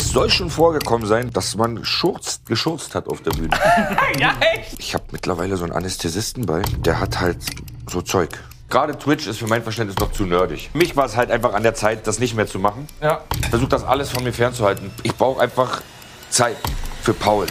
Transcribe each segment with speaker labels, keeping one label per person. Speaker 1: soll schon vorgekommen sein, dass man schurzt, geschurzt hat auf der Bühne.
Speaker 2: Ja, echt?
Speaker 1: Ich habe mittlerweile so einen Anästhesisten bei, der hat halt so Zeug. Gerade Twitch ist für mein Verständnis noch zu nerdig. Mich war es halt einfach an der Zeit, das nicht mehr zu machen.
Speaker 2: Ja.
Speaker 1: Versucht das alles von mir fernzuhalten. Ich brauche einfach Zeit für Paul.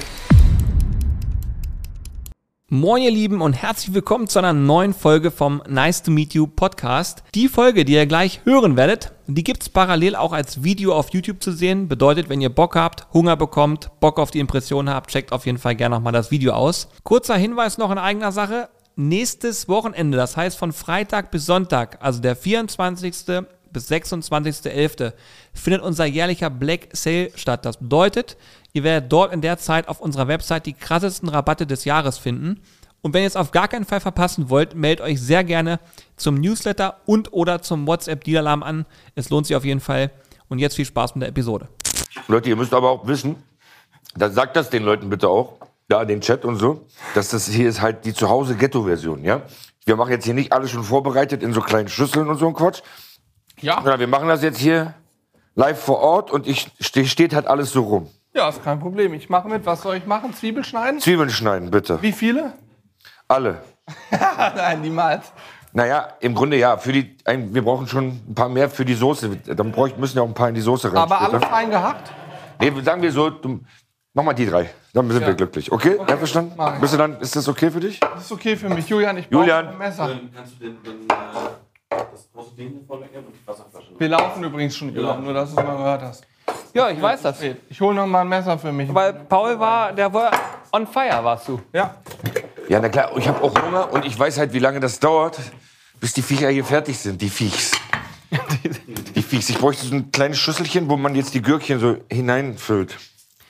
Speaker 3: Moin ihr Lieben und herzlich willkommen zu einer neuen Folge vom Nice to Meet You Podcast. Die Folge, die ihr gleich hören werdet, die gibt's parallel auch als Video auf YouTube zu sehen. Bedeutet, wenn ihr Bock habt, Hunger bekommt, Bock auf die Impression habt, checkt auf jeden Fall gerne nochmal das Video aus. Kurzer Hinweis noch in eigener Sache. Nächstes Wochenende, das heißt von Freitag bis Sonntag, also der 24 bis 26.11. findet unser jährlicher Black Sale statt. Das bedeutet, ihr werdet dort in der Zeit auf unserer Website die krassesten Rabatte des Jahres finden. Und wenn ihr es auf gar keinen Fall verpassen wollt, meldet euch sehr gerne zum Newsletter und oder zum WhatsApp-Dealalarm an. Es lohnt sich auf jeden Fall. Und jetzt viel Spaß mit der Episode.
Speaker 1: Leute, ihr müsst aber auch wissen, dann sagt das den Leuten bitte auch, da den Chat und so, dass das hier ist halt die Zuhause-Ghetto-Version, ja? Wir machen jetzt hier nicht alles schon vorbereitet in so kleinen Schüsseln und so ein Quatsch,
Speaker 2: Ja.
Speaker 1: sondern wir machen das jetzt hier live vor Ort und ich ste steht halt alles so rum.
Speaker 2: Ja, ist kein Problem. Ich mache mit. Was soll ich machen? Zwiebel schneiden?
Speaker 1: Zwiebeln schneiden, bitte.
Speaker 2: Wie viele?
Speaker 1: Alle.
Speaker 2: Nein, niemals.
Speaker 1: Naja, im Grunde ja. Für die, ein- wir brauchen schon ein paar mehr für die Soße. Dann bräuch, müssen ja auch ein paar in die Soße rein.
Speaker 2: Aber alle
Speaker 1: später.
Speaker 2: fein gehackt?
Speaker 1: Nee, sagen wir so, du, mach mal die drei. Dann sind wir glücklich. Okay, okay. verstanden?
Speaker 2: Mach.
Speaker 1: Bist du dann, ist das okay für dich?
Speaker 2: Das ist okay für mich. Julian, ich brauche
Speaker 1: Julian.
Speaker 2: ein Messer.
Speaker 4: Dann kannst du den, den, äh, das große Ding hier vorwegnehmen und die Wasserflasche.
Speaker 2: Wir laufen übrigens schon, Julian, nur dass du es mal gehört hast.
Speaker 5: Ja, ich weiß das.
Speaker 2: Ich hole noch mal ein Messer für mich.
Speaker 5: Weil Paul war, der war on fire, warst du.
Speaker 2: ja.
Speaker 1: Ja, na klar, ich habe auch Hunger und ich weiß halt, wie lange das dauert, bis die Viecher hier fertig sind, die Viechs. Die Viechs. Ich bräuchte so ein kleines Schüsselchen, wo man jetzt die Gürkchen so hineinfüllt.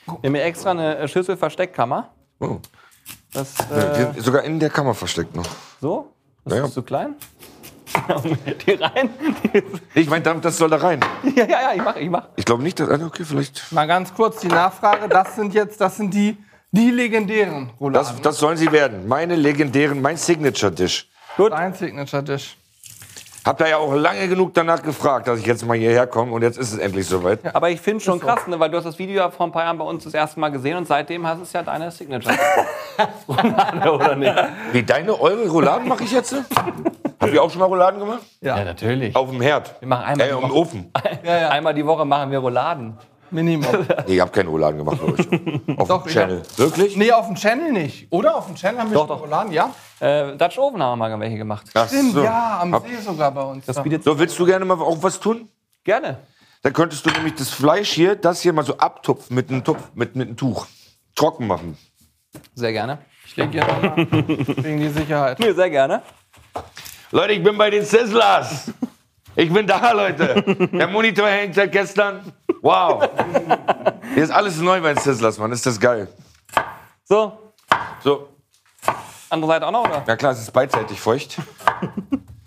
Speaker 5: Wir haben hier extra eine äh, Schüssel Versteckkammer.
Speaker 1: Oh.
Speaker 5: Das,
Speaker 1: Die
Speaker 5: äh,
Speaker 1: sind sogar in der Kammer versteckt noch.
Speaker 5: so? Das
Speaker 1: Ja, ja.
Speaker 5: ist zu klein. die rein.
Speaker 1: Ich meine, das soll da rein.
Speaker 5: ja, ja, ja, ich mach, ich mach.
Speaker 1: Ich glaube nicht, dass. ah, Okay, vielleicht.
Speaker 2: Mal ganz kurz die Nachfrage. Das sind jetzt, das sind die, die legendären Rouladen.
Speaker 1: Das, das sollen sie werden. Meine legendären, mein Signature-Dish.
Speaker 2: Dein Signature-Dish.
Speaker 1: Hab da ja auch lange genug danach gefragt, dass ich jetzt mal hierher komme und jetzt ist es endlich soweit.
Speaker 5: Aber ich finde schon krass, ne, weil du hast das Video ja vor ein paar Jahren bei uns das erste Mal gesehen und seitdem hast es ja deine Signature. Roulade, oder nicht?
Speaker 1: Wie deine, eure Rouladen mache ich jetzt? Habt ihr auch schon mal Rouladen gemacht?
Speaker 5: Ja, natürlich.
Speaker 1: Auf dem Herd.
Speaker 5: Wir machen einmal,
Speaker 1: Äh,
Speaker 5: die
Speaker 1: im
Speaker 5: Woche,
Speaker 1: Ofen.
Speaker 5: einmal die Woche machen wir Rouladen.
Speaker 2: Minimum.
Speaker 1: Nee, ich hab keine Rouladen gemacht bei euch. Auf
Speaker 2: Doch,
Speaker 1: dem
Speaker 2: ich
Speaker 1: Channel. Wirklich?
Speaker 2: Nee, auf dem Channel nicht. Oder auf dem Channel haben wir
Speaker 5: Doch,
Speaker 2: schon
Speaker 5: doch.
Speaker 2: Rouladen, ja?
Speaker 5: Äh, Dutch Oven haben wir mal welche gemacht.
Speaker 1: Ach
Speaker 2: Stimmt,
Speaker 1: so.
Speaker 2: ja, am
Speaker 1: Hab-
Speaker 2: See sogar bei uns.
Speaker 5: Das bietet
Speaker 1: So, willst du gerne mal auch was tun?
Speaker 5: gerne.
Speaker 1: Dann könntest du nämlich das Fleisch hier, das hier mal so abtupfen mit einem Tupf, mit, mit einem Tuch. Trocken machen.
Speaker 5: Sehr gerne.
Speaker 2: ich leg hier noch mal wegen die Sicherheit.
Speaker 5: Nee, sehr gerne.
Speaker 1: Leute, ich bin bei den Sizzlers. Ich bin da, Leute. Der Monitor hängt seit gestern. Wow. Hier ist alles neu bei den Sizzlers, Mann. Ist das geil.
Speaker 5: So,
Speaker 1: So,
Speaker 5: andere Seite auch noch, oder?
Speaker 1: na klar, es ist beidseitig feucht.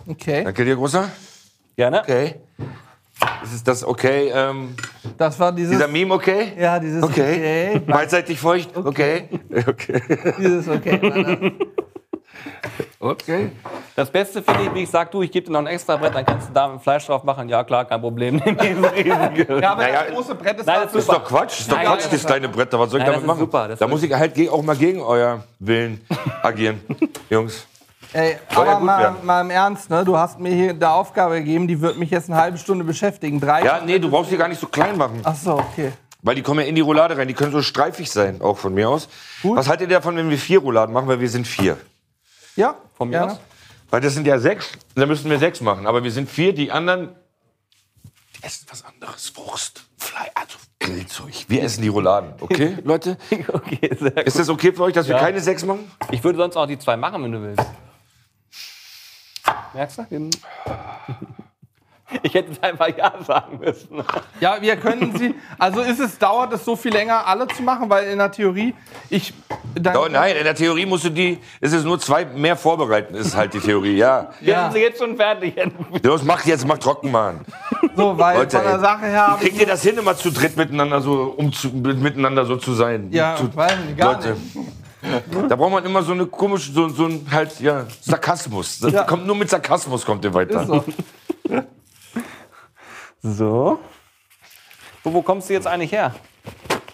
Speaker 2: Okay,
Speaker 1: Danke dir, Großer.
Speaker 5: Gerne.
Speaker 1: Okay. Ist es das okay? Ähm,
Speaker 2: das war dieses.
Speaker 1: dieser Meme okay?
Speaker 2: ja, dieses
Speaker 1: Okay.
Speaker 2: okay.
Speaker 1: Beidseitig feucht? Okay. Okay.
Speaker 2: Dieses okay. Nein, nein.
Speaker 1: Okay.
Speaker 5: Das Beste finde ich, wie ich sag, du, ich gebe dir noch ein extra Brett, dann kannst du da mit Fleisch drauf machen. Ja, klar, kein Problem. Nehmen wir dieses riesige.
Speaker 2: Ja, aber
Speaker 1: Naja,
Speaker 2: das große Brett ist halt
Speaker 5: nein,
Speaker 2: da
Speaker 5: das
Speaker 1: Ist doch Quatsch, ist doch
Speaker 5: Nein,
Speaker 1: Quatsch,
Speaker 5: nein,
Speaker 1: das kleine Bretter. Was soll ich
Speaker 5: Nein,
Speaker 1: damit
Speaker 5: das
Speaker 1: machen?
Speaker 5: ist super, das
Speaker 1: da
Speaker 5: ist-
Speaker 1: muss ich halt ge- auch mal gegen euer Willen agieren, Jungs.
Speaker 2: Ey,
Speaker 1: Soll ja
Speaker 2: aber
Speaker 1: gut
Speaker 2: mal,
Speaker 1: werden.
Speaker 2: mal im Ernst, ne? Du hast mir hier eine Aufgabe gegeben, die wird mich jetzt eine halbe Stunde beschäftigen. Drei.
Speaker 1: Ja, nee, du brauchst die gar nicht so klein machen,
Speaker 2: Ach so, okay.
Speaker 1: weil die kommen ja in die Roulade rein. Die können so streifig sein, auch von mir aus. Was haltet ihr davon, wenn wir vier Rouladen machen? Weil wir sind vier.
Speaker 2: Ja, ne?
Speaker 5: Von mir
Speaker 2: gerne.
Speaker 5: aus?
Speaker 1: Weil das sind ja sechs, dann müssten wir sechs machen. Aber wir sind vier, die anderen die essen was anderes. Wurst, Fleisch, also Grillzeug. Wir essen die Rouladen, okay, Leute?
Speaker 5: Okay, sehr gut.
Speaker 1: Ist das okay für euch, dass wir keine sechs machen?
Speaker 5: Ich würde sonst auch die zwei machen, wenn du willst. Merkst du? Wir- Ich hätte jetzt einfach Ja sagen müssen.
Speaker 2: Ja, wir können sie. Also ist es, dauert es so viel länger, alle zu machen, weil in der Theorie, ich. Dann,
Speaker 1: Oh, nein, in der Theorie musst du die, ist es nur zwei mehr vorbereiten, ist halt die Theorie, ja.
Speaker 5: Wir
Speaker 2: Ja.
Speaker 5: sind sie jetzt schon fertig.
Speaker 1: Los, mach jetzt, mach trocken, Mann.
Speaker 2: So, weil
Speaker 1: Leute,
Speaker 2: von der
Speaker 1: ey.
Speaker 2: Sache her habe ich.
Speaker 1: Kriegt ihr das hin, immer zu dritt miteinander so, um zu, miteinander so zu sein?
Speaker 2: Ja,
Speaker 1: zu,
Speaker 2: weiß nicht, gar
Speaker 1: Leute. Da braucht man immer so eine komische, so, so ein halt, ja, Sarkasmus. Das
Speaker 2: Ja.
Speaker 1: kommt nur mit Sarkasmus kommt ihr weiter.
Speaker 2: Ist so.
Speaker 5: So. Wo, wo kommst du jetzt eigentlich her?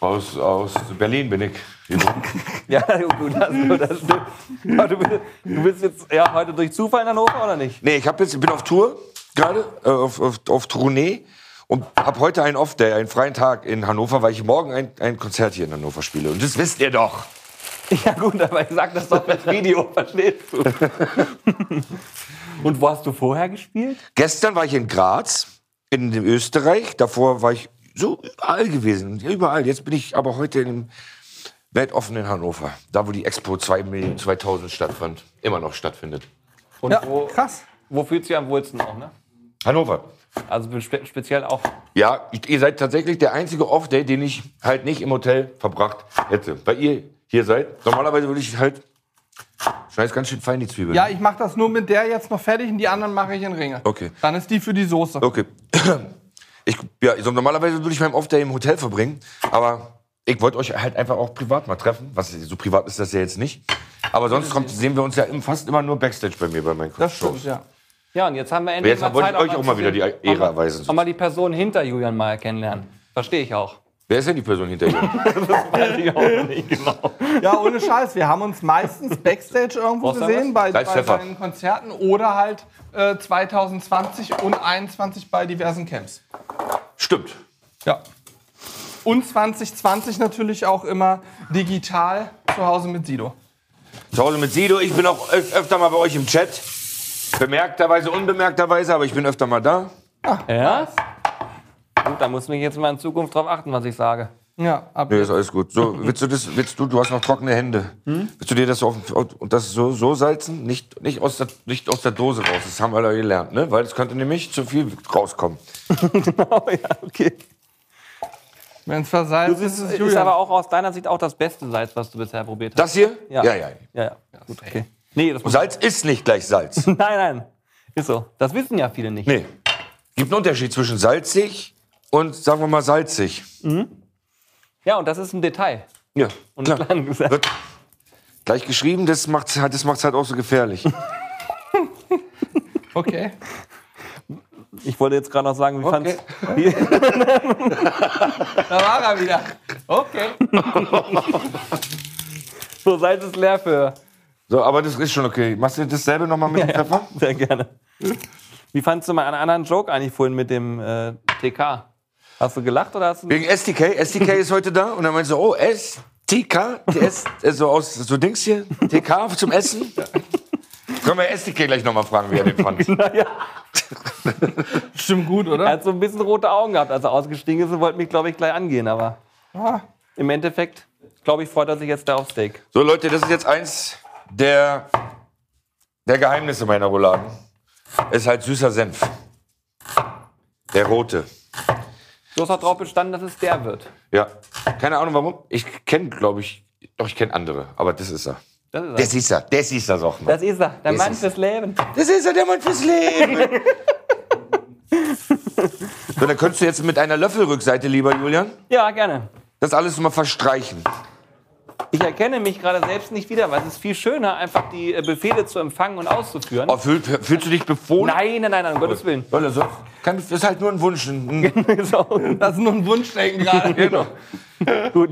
Speaker 1: Aus, aus Berlin bin ich. gekommen.
Speaker 5: Ja, gut, das, das stimmt. Aber du, bist, du bist jetzt ja, heute durch Zufall in Hannover oder nicht?
Speaker 1: Nee, ich hab jetzt, bin auf Tour gerade, äh, auf, auf, auf Tournee und habe heute einen Off-Day, einen freien Tag in Hannover, weil ich morgen ein, ein Konzert hier in Hannover spiele. Und das wisst ihr doch.
Speaker 5: Ja gut, aber ich sag das doch mit Video, verstehst du? Und wo hast du vorher gespielt?
Speaker 1: Gestern war ich in Graz, in dem Österreich. Davor war ich so überall gewesen, überall. Jetzt bin ich aber heute im Weltoffen in Hannover, da wo die Expo 2 2000 stattfand, immer noch stattfindet.
Speaker 5: Und
Speaker 2: Ja,
Speaker 5: wo,
Speaker 2: krass.
Speaker 5: wo fühlst du dich am wohlsten auch, ne?
Speaker 1: Hannover.
Speaker 5: Also spe speziell auch.
Speaker 1: Ja, ich- ihr seid tatsächlich der einzige Off-Day, den ich halt nicht im Hotel verbracht hätte. Weil ihr hier seid. Normalerweise würde ich halt. Scheiß ganz schön fein die Zwiebeln.
Speaker 2: Ja, ich mache das nur mit der jetzt noch fertig und die anderen mache ich in Ringe.
Speaker 1: Okay.
Speaker 2: Dann ist die für die Soße.
Speaker 1: Okay. Ich, ja, so normalerweise würde ich meinen Off-Day im Hotel verbringen. Aber ich wollte euch halt einfach auch privat mal treffen. Was, so privat ist das ja jetzt nicht. Aber sonst kommt, sehen wir uns ja im- fast immer nur Backstage bei mir bei meinen
Speaker 2: Das
Speaker 1: Shows.
Speaker 2: stimmt, ja.
Speaker 5: Ja, und jetzt haben wir endlich
Speaker 1: Jetzt wollte ich euch auch mal
Speaker 5: zu
Speaker 1: wieder die
Speaker 5: sehen-
Speaker 1: Ehre
Speaker 5: auch mal-
Speaker 1: erweisen.
Speaker 5: Auch mal die Person hinter Julian mal kennenlernen. Verstehe ich auch.
Speaker 1: Wer ist denn die Person hinter ihr?
Speaker 2: Ja, ohne Scheiß. Wir haben uns meistens Backstage irgendwo
Speaker 5: Brauchst du
Speaker 2: gesehen bei, bei
Speaker 1: Salz, Pfeffer.
Speaker 2: seinen Konzerten oder halt äh, 2020 und 21 bei diversen Camps.
Speaker 1: Stimmt.
Speaker 2: Ja. Und 2020 natürlich auch immer digital zu Hause mit Sido.
Speaker 1: Zu Hause mit Sido. Ich bin auch öf öfter mal bei euch im Chat. Bemerkterweise, unbemerkterweise, aber ich bin öfter mal da.
Speaker 5: Ja? Gut, da muss ich jetzt mal in Zukunft drauf achten, was ich sage.
Speaker 2: Ja, ab
Speaker 1: Nee, ist alles gut. So, willst du das, willst du, du hast noch trockene Hände.
Speaker 5: Hm?
Speaker 1: Willst du dir das so auf, und das so, so salzen? Nicht, nicht, aus der, nicht aus der Dose raus. Das haben wir alle gelernt, ne? Weil es könnte nämlich zu viel rauskommen.
Speaker 5: Oh ja, okay.
Speaker 2: Wenn es versalzt ist,
Speaker 5: Das
Speaker 2: ist
Speaker 5: ist,
Speaker 2: es Julian.
Speaker 5: aber auch aus deiner Sicht auch das beste Salz, was du bisher probiert hast.
Speaker 1: Das hier?
Speaker 5: Ja.
Speaker 1: ja. ja.
Speaker 5: ja, ja. Gut, okay. Nee, das muss
Speaker 1: Salz ist nicht gleich Salz.
Speaker 5: Nein, nein. Ist so. Das wissen ja viele nicht.
Speaker 1: nee. Gibt einen Unterschied zwischen salzig und, sagen wir mal, salzig.
Speaker 5: Ja, und das ist ein Detail.
Speaker 1: Ja,
Speaker 5: Und
Speaker 1: klar.
Speaker 5: klein gesagt.
Speaker 1: Gleich geschrieben, das macht es das macht's halt auch so gefährlich.
Speaker 2: Okay.
Speaker 5: Ich wollte jetzt gerade noch sagen, wie
Speaker 1: Okay.
Speaker 5: fandst du.
Speaker 2: Da war er wieder. Okay.
Speaker 5: So, Salz ist leer für.
Speaker 1: So, aber das ist schon okay. Machst du dasselbe nochmal mit dem Pfeffer?
Speaker 5: Sehr gerne. Wie fandst du meinen anderen Joke eigentlich vorhin mit dem äh, TK? Hast du gelacht oder hast du.
Speaker 1: Wegen STK. STK ist heute da und dann meinst du, oh, STK, die S, also aus so Dings hier, TK zum Essen. Können wir STK gleich nochmal fragen, wie er den fand.
Speaker 2: Stimmt gut,
Speaker 5: Er
Speaker 2: oder?
Speaker 5: hat so ein bisschen rote Augen gehabt, als er ausgestiegen ist und wollte mich, glaube ich, gleich angehen. Aber
Speaker 2: Ah,
Speaker 5: im Endeffekt, glaube ich, freut er sich jetzt da aufs Steak.
Speaker 1: So Leute, das ist jetzt eins der, der Geheimnisse meiner Rouladen. Ist halt süßer Senf. Der rote.
Speaker 5: Du hast auch darauf bestanden, dass es der wird.
Speaker 1: Ja. Keine Ahnung warum. Ich kenne, glaube ich, doch ich kenne andere, aber das ist er.
Speaker 5: Das ist er.
Speaker 1: Das ist er. Das ist er, sag mal.
Speaker 5: Das ist er. Der
Speaker 1: Das
Speaker 5: Mann
Speaker 1: ist-
Speaker 5: fürs Leben.
Speaker 1: Das ist ja der Mann fürs Leben. so, dann könntest du jetzt mit einer Löffelrückseite, lieber Julian,
Speaker 5: Ja, gerne.
Speaker 1: das alles mal verstreichen.
Speaker 5: Ich erkenne mich gerade selbst nicht wieder, weil es ist viel schöner, einfach die äh, Befehle zu empfangen und auszuführen.
Speaker 1: Oh, fühl, fühlst du dich befohlen?
Speaker 5: Nein, nein, nein, nein, um Gottes Willen.
Speaker 1: Weil so, kann, ist halt nur ein Wunsch. Ein,
Speaker 5: so,
Speaker 2: das ist nur ein Wunschdenken gerade.
Speaker 1: genau.
Speaker 5: gut.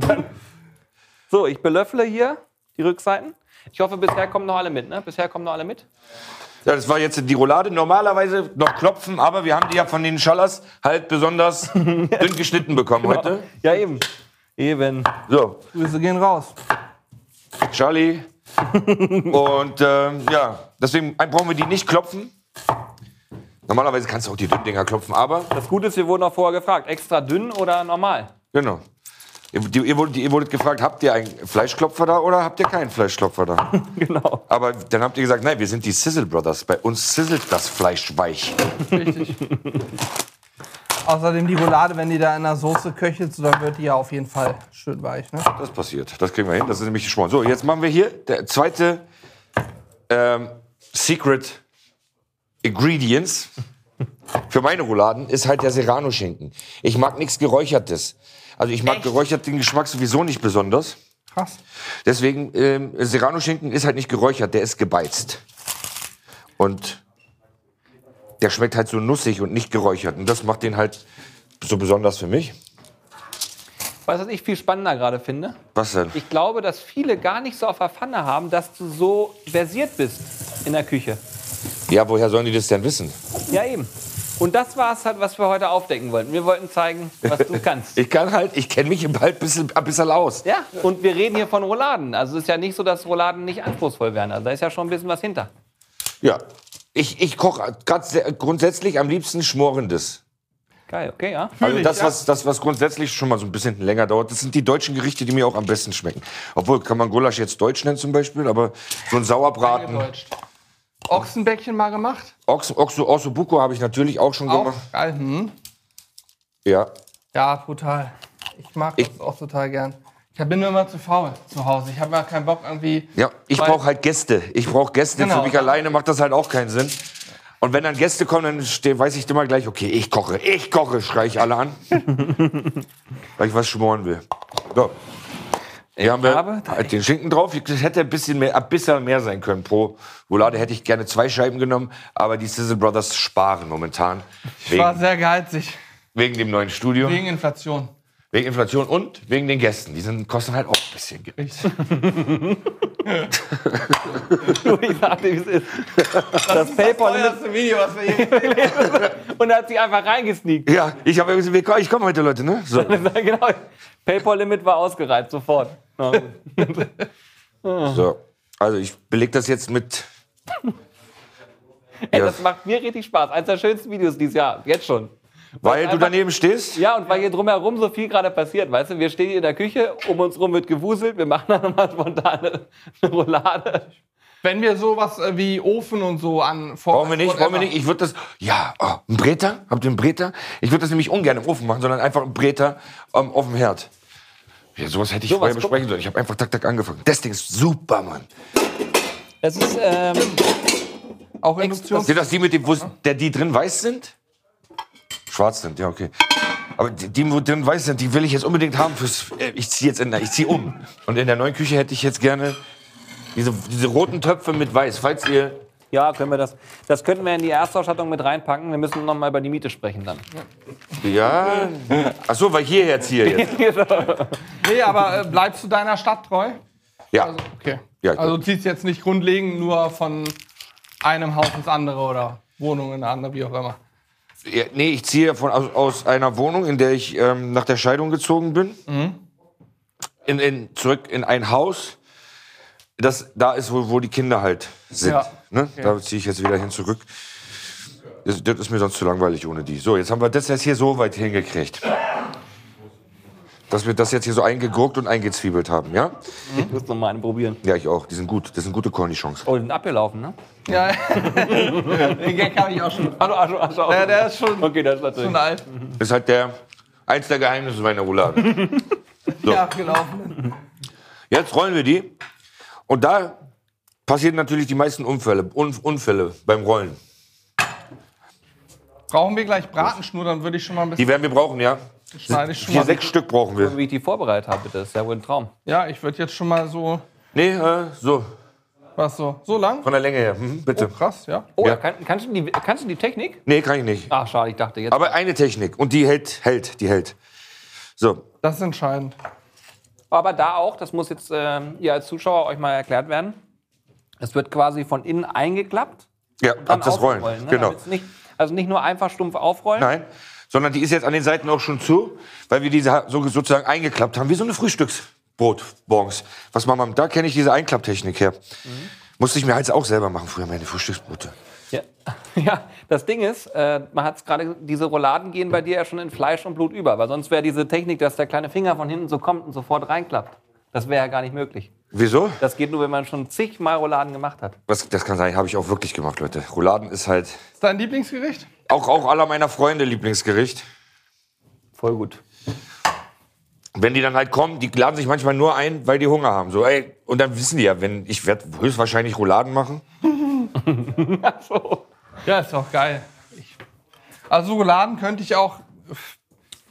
Speaker 5: So, ich belöffle hier die Rückseiten. Ich hoffe, bisher kommen noch alle mit, ne? Bisher kommen noch alle mit.
Speaker 1: Ja, das war jetzt die Roulade. Normalerweise noch klopfen, aber wir haben die ja von den Schallers halt besonders dünn geschnitten bekommen heute.
Speaker 5: Ja, eben. Eben.
Speaker 1: So,
Speaker 2: Grüße gehen raus.
Speaker 1: Charlie. Und ähm, ja, deswegen brauchen wir die nicht klopfen. Normalerweise kannst du auch die dünnen Dinger klopfen, aber
Speaker 5: Das Gute ist, wir wurden auch vorher gefragt, extra dünn oder normal?
Speaker 1: Genau. Ihr, die, ihr, wurdet, ihr wurdet gefragt, habt ihr einen Fleischklopfer da oder habt ihr keinen Fleischklopfer da?
Speaker 5: Genau.
Speaker 1: Aber dann habt ihr gesagt, nein, wir sind die Sizzle Brothers. Bei uns sizzelt das Fleisch weich.
Speaker 2: Richtig. Außerdem die Roulade, wenn die da in der Soße köchelt, so, dann wird die ja auf jeden Fall schön weich. Ne?
Speaker 1: Das passiert. Das kriegen wir hin. Das ist nämlich geschworen. So, jetzt machen wir hier der zweite ähm, Secret Ingredients für meine Rouladen ist halt der Serrano-Schinken. Ich mag nichts Geräuchertes. Also ich mag geräucherten Geschmack sowieso nicht besonders.
Speaker 2: Krass.
Speaker 1: Deswegen, ähm, Serrano-Schinken ist halt nicht geräuchert, der ist gebeizt. Und der schmeckt halt so nussig und nicht geräuchert. Und das macht den halt so besonders für mich.
Speaker 5: Weißt du, was ich viel spannender gerade finde?
Speaker 1: Was denn?
Speaker 5: Ich glaube, dass viele gar nicht so auf der Pfanne haben, dass du so versiert bist in der Küche.
Speaker 1: Ja, woher sollen die das denn wissen?
Speaker 5: Ja, eben. Und das war es halt, was wir heute aufdecken wollten. Wir wollten zeigen, was du kannst.
Speaker 1: Ich kann halt, ich kenne mich im Wald ein bisschen, ein bisschen aus.
Speaker 5: Ja, und wir reden hier von Rouladen. Also es ist ja nicht so, dass Rouladen nicht anspruchsvoll wären. Also da ist ja schon ein bisschen was hinter.
Speaker 1: Ja. Ich, ich koche ganz sehr- grundsätzlich am liebsten Schmorendes.
Speaker 5: Geil, okay, ja.
Speaker 1: Also das,
Speaker 2: ja.
Speaker 1: was, das, was grundsätzlich schon mal so ein bisschen länger dauert, das sind die deutschen Gerichte, die mir auch am besten schmecken. Obwohl, kann man Gulasch jetzt deutsch nennen zum Beispiel, aber so ein Sauerbraten.
Speaker 2: Eingedeutscht. Ochsenbäckchen mal gemacht?
Speaker 1: Ochs, Ochso, Ossobuco habe ich natürlich auch schon
Speaker 2: Auch
Speaker 1: gemacht.
Speaker 2: geil. Hm.
Speaker 1: Ja.
Speaker 2: Ja, brutal. Ich mag das auch total gern. Ich bin nur immer zu faul zu Hause. Ich habe mal keinen Bock irgendwie.
Speaker 1: ja. Ich
Speaker 2: Weil-
Speaker 1: brauche halt Gäste. Ich brauche Gäste.
Speaker 2: Genau.
Speaker 1: Für mich alleine macht das halt auch keinen Sinn. Und wenn dann Gäste kommen, dann ste- weiß ich immer gleich, okay, ich koche, ich koche, schreie ich alle an. weil ich was schmoren will. So. Hier haben wir
Speaker 5: habe-
Speaker 1: halt den Schinken drauf. Das hätte ein bisschen mehr, ein bisschen mehr sein können. Pro Roulade hätte ich gerne zwei Scheiben genommen, aber die Sizzle Brothers sparen momentan.
Speaker 2: Ich war
Speaker 1: Wegen,
Speaker 2: sehr geizig.
Speaker 1: wegen dem neuen Studio,
Speaker 2: Wegen Inflation.
Speaker 1: wegen Inflation und wegen den Gästen. Die sind, kosten halt auch ein bisschen Geld.
Speaker 2: Richtig.
Speaker 5: Du, ich sag dir, wie es ist. Das Paypal
Speaker 2: teuerste Video, was wir je
Speaker 5: und er hat sich einfach reingesneakt.
Speaker 1: Ja, ich habe irgendwie, wir- ich komme heute, Leute, ne? So.
Speaker 5: genau. Paypal-Limit war ausgereizt, sofort. Na gut.
Speaker 1: so. Also ich beleg das jetzt mit.
Speaker 5: Ey,
Speaker 1: Ja.
Speaker 5: das macht mir richtig Spaß. Eines der schönsten Videos dieses Jahr, jetzt schon.
Speaker 1: Weil du
Speaker 5: einfach-
Speaker 1: daneben stehst?
Speaker 5: Ja, und weil hier drumherum so viel gerade passiert, weißt du, wir stehen hier in der Küche, um uns rum wird gewuselt, wir machen dann nochmal spontan eine eine Roulade.
Speaker 2: Wenn wir sowas äh, wie Ofen und so an
Speaker 1: Brauchen wir nicht, brauchen wir nicht. Ich würde das. Ja, oh, ein Breter? Habt ihr einen Breter? Ich würde das nämlich ungern im Ofen machen, sondern einfach einen Breter ähm, auf dem Herd. Ja, sowas hätte ich
Speaker 5: Sowas,
Speaker 1: vorher
Speaker 5: guck.
Speaker 1: besprechen sollen. Ich habe einfach tak tak angefangen. Das Ding ist super, Mann.
Speaker 5: Das ist, ähm,
Speaker 2: Auch Induktion.
Speaker 1: Sind das die mit dem, wo, der, die drin weiß sind? Schwarz sind, ja, okay. Aber die, die, wo drin weiß sind, die will ich jetzt unbedingt haben fürs. äh, Ich ziehe jetzt in der, ich ziehe um. Und in der neuen Küche hätte ich jetzt gerne diese, diese roten Töpfe mit weiß. Falls ihr.
Speaker 5: ja, können wir das, das könnten wir in die Erstausstattung mit reinpacken, wir müssen nochmal über die Miete sprechen dann.
Speaker 1: Ja. Ach so, weil hierher ziehe jetzt.
Speaker 2: Nee, aber äh, bleibst du deiner Stadt treu?
Speaker 1: Ja.
Speaker 2: Also, okay.
Speaker 1: Ja, ich
Speaker 2: also du ziehst jetzt nicht grundlegend nur von einem Haus ins andere oder Wohnung in eine andere, wie auch immer.
Speaker 1: Ja, nee, ich ziehe von, aus, aus einer Wohnung, in der ich ähm, nach der Scheidung gezogen bin, in, in, zurück in ein Haus. Das, da ist, wo, wo die Kinder halt sind.
Speaker 2: Ja.
Speaker 1: Ne? Da ziehe ich jetzt wieder hin zurück. Das, das ist mir sonst zu langweilig ohne die. So, jetzt haben wir das jetzt hier so weit hingekriegt. Dass wir das jetzt hier so eingegurkt und eingezwiebelt haben, ja?
Speaker 5: Ich muss nochmal einen probieren.
Speaker 1: Ja, ich auch. Die sind gut. Das sind gute Cornichons.
Speaker 5: Oh, die sind abgelaufen, ne?
Speaker 2: Ja, den Gag habe ich auch schon.
Speaker 5: Ach, du, ach, du, ach, du.
Speaker 2: Ja, der ist schon,
Speaker 5: Okay, das ist natürlich.
Speaker 2: schon alt.
Speaker 1: Das ist halt der, eins der Geheimnisse meiner Roulade.
Speaker 2: Ja, genau. gelaufen.
Speaker 1: Jetzt rollen wir die. Und da passieren natürlich die meisten Unfälle, Un Unfälle beim Rollen.
Speaker 2: Brauchen wir gleich Bratenschnur, dann würde ich schon mal ein bisschen
Speaker 1: Die werden wir brauchen, ja.
Speaker 2: schneide ich schon
Speaker 1: Hier
Speaker 2: mal.
Speaker 1: sechs Stück brauchen wir.
Speaker 5: Wie ich die vorbereitet habe, das ist ja wohl ein Traum.
Speaker 2: Ja, ich würde jetzt schon mal so,
Speaker 1: Nee, äh, so,
Speaker 2: was so, so lang.
Speaker 1: von der Länge her. Mhm, bitte.
Speaker 2: Krass, ja.
Speaker 5: Oh,
Speaker 1: Ja.
Speaker 5: kann, kannst, du die, kannst du die Technik?
Speaker 1: Nee, kann ich nicht.
Speaker 5: Ach, schade, ich dachte jetzt.
Speaker 1: Aber eine Technik. Und die hält, hält, die hält. So,
Speaker 2: Das ist entscheidend.
Speaker 5: Aber da auch, das muss jetzt ähm, ihr als Zuschauer euch mal erklärt werden. Es wird quasi von innen eingeklappt.
Speaker 1: ja,
Speaker 5: dann
Speaker 1: ab das Rollen.
Speaker 5: aufrollen, ne?
Speaker 1: Genau.
Speaker 5: Damit's Nicht, also nicht nur einfach stumpf aufrollen.
Speaker 1: Nein, sondern die ist jetzt an den Seiten auch schon zu, weil wir diese ha- so, sozusagen eingeklappt haben, wie so eine Frühstücksbrot morgens. Was Mama, da kenne ich diese Einklapptechnik her. Musste ich mir halt auch selber machen, früher meine Frühstücksbrote.
Speaker 5: Ja. ja, das Ding ist, äh, man hat es gerade, diese Rouladen gehen bei dir ja schon in Fleisch und Blut über, weil sonst wäre diese Technik, dass der kleine Finger von hinten so kommt und sofort reinklappt. Das wäre ja gar nicht möglich.
Speaker 1: Wieso?
Speaker 5: Das geht nur, wenn man schon zigmal Rouladen gemacht hat.
Speaker 1: Was, das kann sein, habe ich auch wirklich gemacht, Leute. Rouladen ist halt
Speaker 2: Ist dein Lieblingsgericht?
Speaker 1: auch, auch aller meiner Freunde Lieblingsgericht.
Speaker 5: Voll gut.
Speaker 1: Wenn die dann halt kommen, die laden sich manchmal nur ein, weil die Hunger haben. So, ey, und dann wissen die ja, wenn ich werde höchstwahrscheinlich Rouladen machen.
Speaker 2: Ja, ist doch geil. Ich, also Rouladen könnte ich auch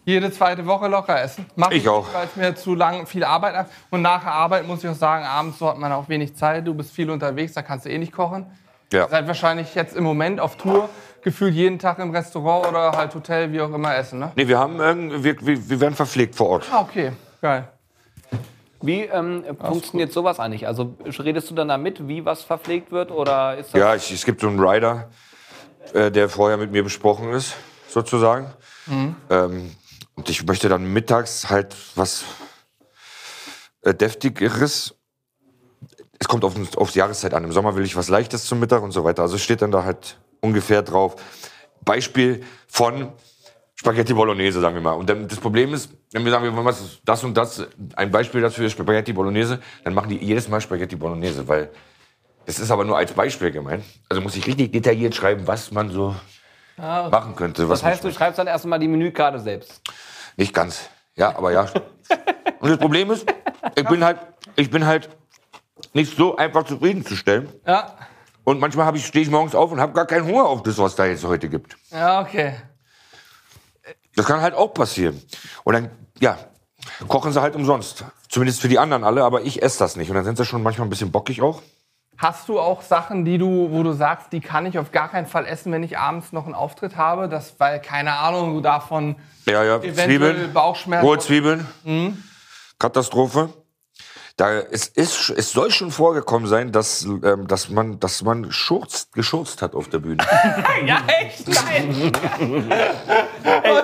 Speaker 2: jede zweite Woche locker essen. Mach
Speaker 1: Ich auch.
Speaker 2: Weil es mir zu lang viel Arbeit ab. Und nach der Arbeit muss ich auch sagen, abends so hat man auch wenig Zeit. Du bist viel unterwegs, da kannst du eh nicht kochen.
Speaker 1: Ja.
Speaker 2: Seid wahrscheinlich jetzt im Moment auf Tour gefühlt jeden Tag im Restaurant oder halt Hotel, wie auch immer, essen, ne?
Speaker 1: Nee, wir haben irgend- wir, wir, wir werden verpflegt vor Ort.
Speaker 2: Ah, okay. Geil.
Speaker 5: Wie ähm, funktioniert sowas eigentlich? Also redest du dann damit, wie was verpflegt wird oder ist das
Speaker 1: Ja, ich, es gibt so einen Rider, äh, der vorher mit mir besprochen ist, sozusagen.
Speaker 5: Mhm.
Speaker 1: Ähm, und ich möchte dann mittags halt was äh, Deftigeres. Es kommt auf, auf die Jahreszeit an. Im Sommer will ich was Leichtes zum Mittag und so weiter. Also steht dann da halt ungefähr drauf. Beispiel von Spaghetti Bolognese, sagen wir mal. Und dann, das Problem ist, wenn wir sagen, wir wollen was, ist das und das, ein Beispiel dafür ist Spaghetti Bolognese, dann machen die jedes Mal Spaghetti Bolognese, weil das ist aber nur als Beispiel gemeint. Also muss ich richtig detailliert schreiben, was man so machen könnte. Was
Speaker 5: Ah, Das heißt,
Speaker 1: man
Speaker 5: du schreibst dann erstmal die Menükarte selbst.
Speaker 1: schmeckt. nicht ganz. Ja, aber ja. und das Problem ist, ich bin halt, ich bin halt nicht so einfach zufriedenzustellen.
Speaker 2: Ja.
Speaker 1: Und manchmal hab ich, stehe ich morgens auf und habe gar keinen Hunger auf das, was da jetzt heute gibt.
Speaker 2: Ja, okay.
Speaker 1: Das kann halt auch passieren. Und dann, ja, kochen sie halt umsonst. Zumindest für die anderen alle, aber ich esse das nicht. Und dann sind sie schon manchmal ein bisschen bockig auch.
Speaker 2: Hast du auch Sachen, die du, wo du sagst, die kann ich auf gar keinen Fall essen, wenn ich abends noch einen Auftritt habe? Das, weil, keine Ahnung, du davon
Speaker 1: Ja, ja,
Speaker 2: eventuell
Speaker 1: Zwiebeln.
Speaker 2: Bauchschmerzen.
Speaker 1: Rohe Zwiebeln.
Speaker 2: Mhm.
Speaker 1: Katastrophe. Da, es, ist, es soll schon vorgekommen sein, dass, ähm, dass man, dass man schurzt, geschurzt hat auf der Bühne.
Speaker 2: Ja, echt? Nein.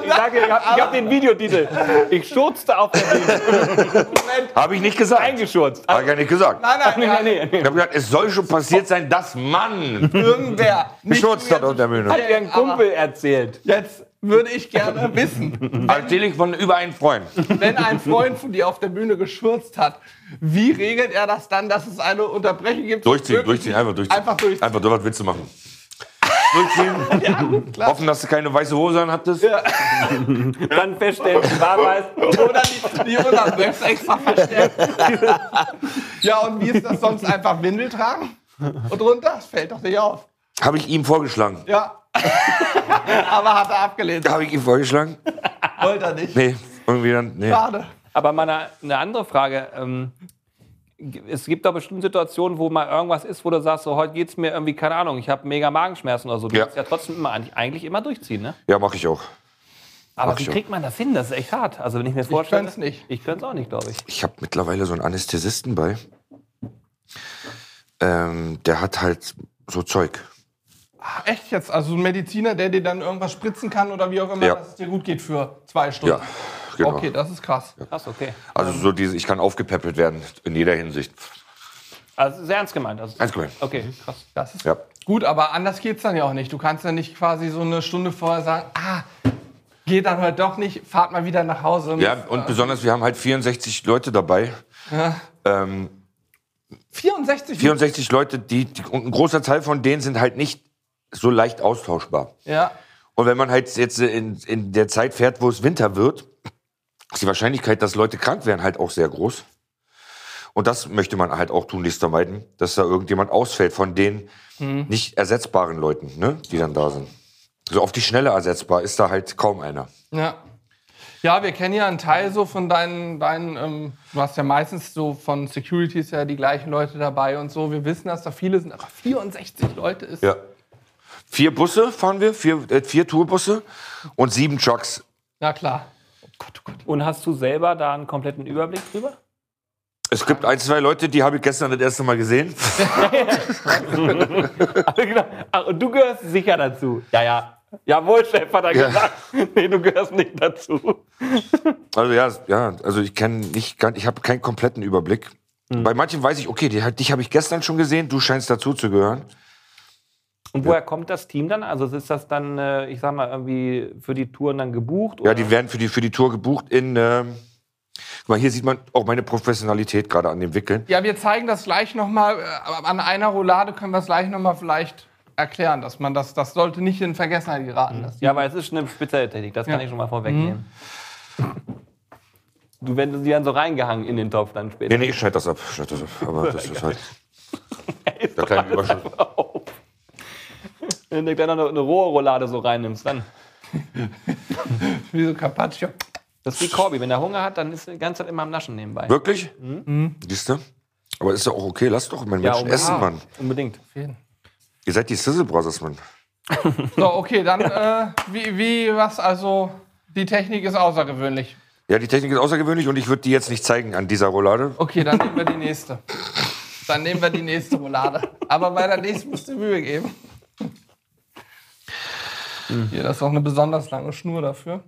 Speaker 5: Ich sage, ich habe hab den Videotitel. Ich schurzte auf der Bühne.
Speaker 1: Habe ich nicht gesagt.
Speaker 5: Eingeschurzt.
Speaker 1: Habe ich gar nicht gesagt.
Speaker 2: Nein, nein, nein.
Speaker 1: Ich habe gesagt, es soll schon passiert sein, dass man
Speaker 2: Irgendwer. Nicht
Speaker 1: geschurzt
Speaker 2: du
Speaker 1: hat auf der Bühne.
Speaker 5: Hat ihr ein Kumpel erzählt.
Speaker 2: Jetzt würde ich gerne wissen,
Speaker 1: Natürlich also von über einen Freund.
Speaker 2: wenn ein Freund von dir auf der Bühne geschürzt hat, wie regelt er das dann, dass es eine Unterbrechung gibt?
Speaker 1: Durchziehen,
Speaker 2: Wirklich?
Speaker 1: durchziehen, einfach durchziehen.
Speaker 2: Einfach durchziehen.
Speaker 1: Einfach durch was Witze machen. durchziehen. Hoffen, dass du keine weiße Hose anhattest. Ja.
Speaker 5: Dann feststellen, war weiß.
Speaker 2: Oder die, die Unterbrechung extra verstärkt. ja, und wie ist das sonst? Einfach Windel tragen und runter? Das fällt doch nicht auf.
Speaker 1: Habe ich ihm vorgeschlagen.
Speaker 2: Ja. Aber hat er abgelehnt.
Speaker 1: Habe ich ihm vorgeschlagen?
Speaker 2: Wollte er nicht.
Speaker 1: Nee, irgendwie dann. Nee.
Speaker 2: Schade.
Speaker 5: Aber mal eine, eine andere Frage. Ähm, g- es gibt doch bestimmt Situationen, wo mal irgendwas ist, wo du sagst, so heute geht's mir irgendwie, keine Ahnung, ich habe mega Magenschmerzen oder so. Du
Speaker 1: Ja.
Speaker 5: musst ja trotzdem immer, eigentlich- eigentlich immer durchziehen, ne?
Speaker 1: Ja, mache ich auch.
Speaker 5: Aber
Speaker 1: Mach
Speaker 5: wie
Speaker 1: ich auch.
Speaker 5: kriegt man das hin? Das ist echt hart. Also wenn ich mir das vorstelle.
Speaker 2: könnte es nicht.
Speaker 5: Ich könnte es auch nicht, glaube ich.
Speaker 1: Ich habe mittlerweile so einen Anästhesisten bei. Ähm, der hat halt so Zeug.
Speaker 2: Ach, echt jetzt? Also ein Mediziner, der dir dann irgendwas spritzen kann oder wie auch immer,
Speaker 1: Ja.
Speaker 2: dass es dir gut geht für zwei Stunden.
Speaker 1: Ja, genau.
Speaker 2: Okay, das ist krass.
Speaker 5: Krass, okay.
Speaker 1: Also so diese, ich kann aufgepäppelt werden in jeder Hinsicht.
Speaker 5: Also sehr ernst gemeint. Also,
Speaker 1: Ganz cool.
Speaker 5: okay, krass.
Speaker 2: Das ist
Speaker 1: Ja.
Speaker 2: gut, aber anders geht's dann ja auch nicht. Du kannst ja nicht quasi so eine Stunde vorher sagen, ah, geht dann heute doch nicht, fahrt mal wieder nach Hause.
Speaker 1: Ja, und besonders, wir haben halt 64 Leute dabei. Ähm,
Speaker 2: 64 Minuten.
Speaker 1: 64 Leute, die, die, und ein großer Teil von denen sind halt nicht so leicht austauschbar.
Speaker 2: Ja.
Speaker 1: Und wenn man halt jetzt in, in der Zeit fährt, wo es Winter wird, ist die Wahrscheinlichkeit, dass Leute krank werden, halt auch sehr groß. Und das möchte man halt auch tunlichst vermeiden, dass da irgendjemand ausfällt von den nicht ersetzbaren Leuten, ne, die dann da sind. So auf die Schnelle ersetzbar ist da halt kaum einer.
Speaker 2: Ja. Ja, wir kennen ja einen Teil so von deinen, deinen ähm, du hast ja meistens so von Securities ja die gleichen Leute dabei und so. Wir wissen, dass da viele sind, aber 64 Leute ist.
Speaker 1: Ja. Vier Busse fahren wir, vier, äh, vier Tourbusse und sieben Trucks.
Speaker 2: Na klar.
Speaker 5: Und hast du selber da einen kompletten Überblick drüber?
Speaker 1: Es gibt ein, zwei Leute, die habe ich gestern das erste Mal gesehen.
Speaker 5: genau. Ach, und du gehörst sicher dazu. Ja, ja. Jawohl, Chef, hat er
Speaker 1: Ja.
Speaker 5: gesagt. Nee, du gehörst nicht dazu.
Speaker 1: Also ja, es- ja, also ich kenne nicht ganz, ich habe keinen kompletten Überblick. Bei manchen weiß ich, okay, die, hat- dich habe ich gestern schon gesehen, du scheinst dazu zu gehören.
Speaker 5: Und woher kommt das Team dann? Also ist das dann, äh, ich sag mal, irgendwie für die Touren dann gebucht?
Speaker 1: Ja,
Speaker 5: oder?
Speaker 1: die werden für die, für die Tour gebucht in. Ähm, guck mal, hier sieht man auch meine Professionalität gerade an dem Wickeln.
Speaker 2: Ja, wir zeigen das gleich nochmal. Äh, An einer Roulade können wir es gleich nochmal vielleicht erklären, dass man das, das sollte nicht in Vergessenheit geraten. Das
Speaker 5: ja, aber es ist schon eine spezielle Technik, das kann
Speaker 2: Ja.
Speaker 5: ich schon mal vorwegnehmen. Du wenn du sie dann so reingehangen in den Topf dann später.
Speaker 1: Nee, nee, ich schneide das ab. ich Schneid das ab. Aber das ist halt. Der kleine Überschuss.
Speaker 5: Wenn du dann noch eine rohe Roulade so reinnimmst, dann.
Speaker 2: ist wie so Carpaccio.
Speaker 5: Das ist wie Corby. Wenn er Hunger hat, dann ist er die ganze Zeit immer am Naschen nebenbei.
Speaker 1: Wirklich? Siehst du? Aber ist Mhm. ja um auch okay, lass doch meinen Menschen
Speaker 5: unbedingt.
Speaker 1: essen, Mann.
Speaker 5: Unbedingt.
Speaker 1: Ihr seid die Sizzle Brothers, Mann.
Speaker 2: So, okay, dann äh, wie, wie was, also die Technik ist außergewöhnlich.
Speaker 1: Ja, die Technik ist außergewöhnlich und ich würde die jetzt nicht zeigen an dieser Roulade.
Speaker 2: Okay, dann nehmen wir die nächste. Dann nehmen wir die nächste Roulade. Aber bei der nächsten musst du Mühe geben. Hier, das ist auch eine besonders lange Schnur dafür.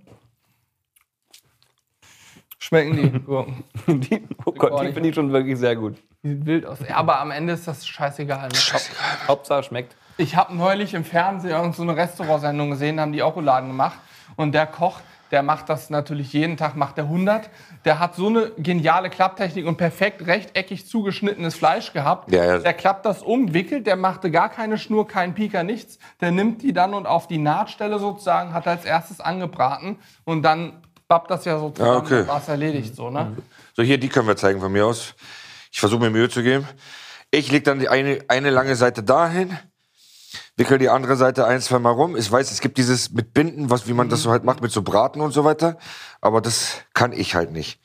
Speaker 2: Schmecken die Gurken.
Speaker 5: Die, oh Gott, die finde ich schon wirklich sehr gut.
Speaker 2: Die sieht wild aus. Ja, aber am Ende ist das scheißegal. Ne?
Speaker 5: Hauptsache schmeckt.
Speaker 2: Ich habe neulich im Fernsehen irgend so eine Restaurantsendung gesehen, da haben die auch Rouladen gemacht. Und der Koch, der macht das natürlich jeden Tag, macht der 100. Der hat so eine geniale Klapptechnik und perfekt rechteckig zugeschnittenes Fleisch gehabt.
Speaker 1: Ja, ja.
Speaker 2: Der klappt das um, wickelt, der machte gar keine Schnur, keinen Pieker, nichts. Der nimmt die dann und auf die Nahtstelle sozusagen hat er als erstes angebraten und dann bappt das ja so zusammen,
Speaker 1: Ja, Ah, okay. Mhm.
Speaker 2: dann war's erledigt so, ne?
Speaker 1: So, hier, die können wir zeigen von mir aus. Ich versuche mir Mühe zu geben. Ich lege dann die eine, eine lange Seite dahin, wickel die andere Seite ein, zwei Mal rum. Ich weiß, es gibt dieses mit Binden, was, wie man das so halt macht, mit so Braten und so weiter. Aber das kann ich halt nicht.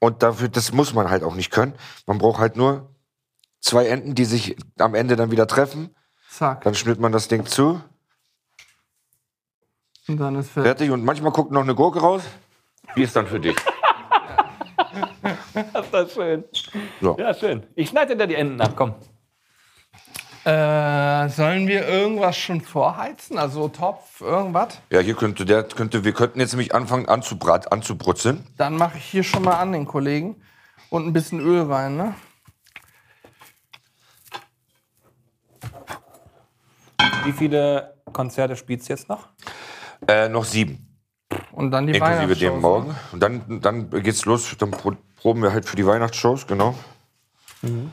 Speaker 1: Und dafür, das muss man halt auch nicht können. Man braucht halt nur zwei Enden, die sich am Ende dann wieder treffen.
Speaker 2: Zack.
Speaker 1: Dann schnitt man das Ding zu.
Speaker 2: Und dann ist fertig.
Speaker 1: Fertig. Und manchmal guckt noch eine Gurke raus. Die ist dann für dich.
Speaker 5: Das ist schön.
Speaker 1: So.
Speaker 5: Ja, schön. Ich schneide dir die Enden ab, komm.
Speaker 2: Äh, sollen wir irgendwas schon vorheizen? Also Topf, irgendwas?
Speaker 1: Ja, hier könnte der, könnte, wir könnten jetzt nämlich anfangen anzubrat, anzubrutzeln.
Speaker 2: Dann mache ich hier schon mal an den Kollegen und ein bisschen Öl rein, ne?
Speaker 5: Wie viele Konzerte spielst du jetzt noch?
Speaker 1: Äh, noch sieben,
Speaker 2: Und dann die
Speaker 1: inklusive
Speaker 2: Weihnachtsshows,
Speaker 1: dem
Speaker 2: ne?
Speaker 1: morgen. Und dann, dann geht's los, dann pro- proben wir halt für die Weihnachtsshows, genau.
Speaker 5: Mhm.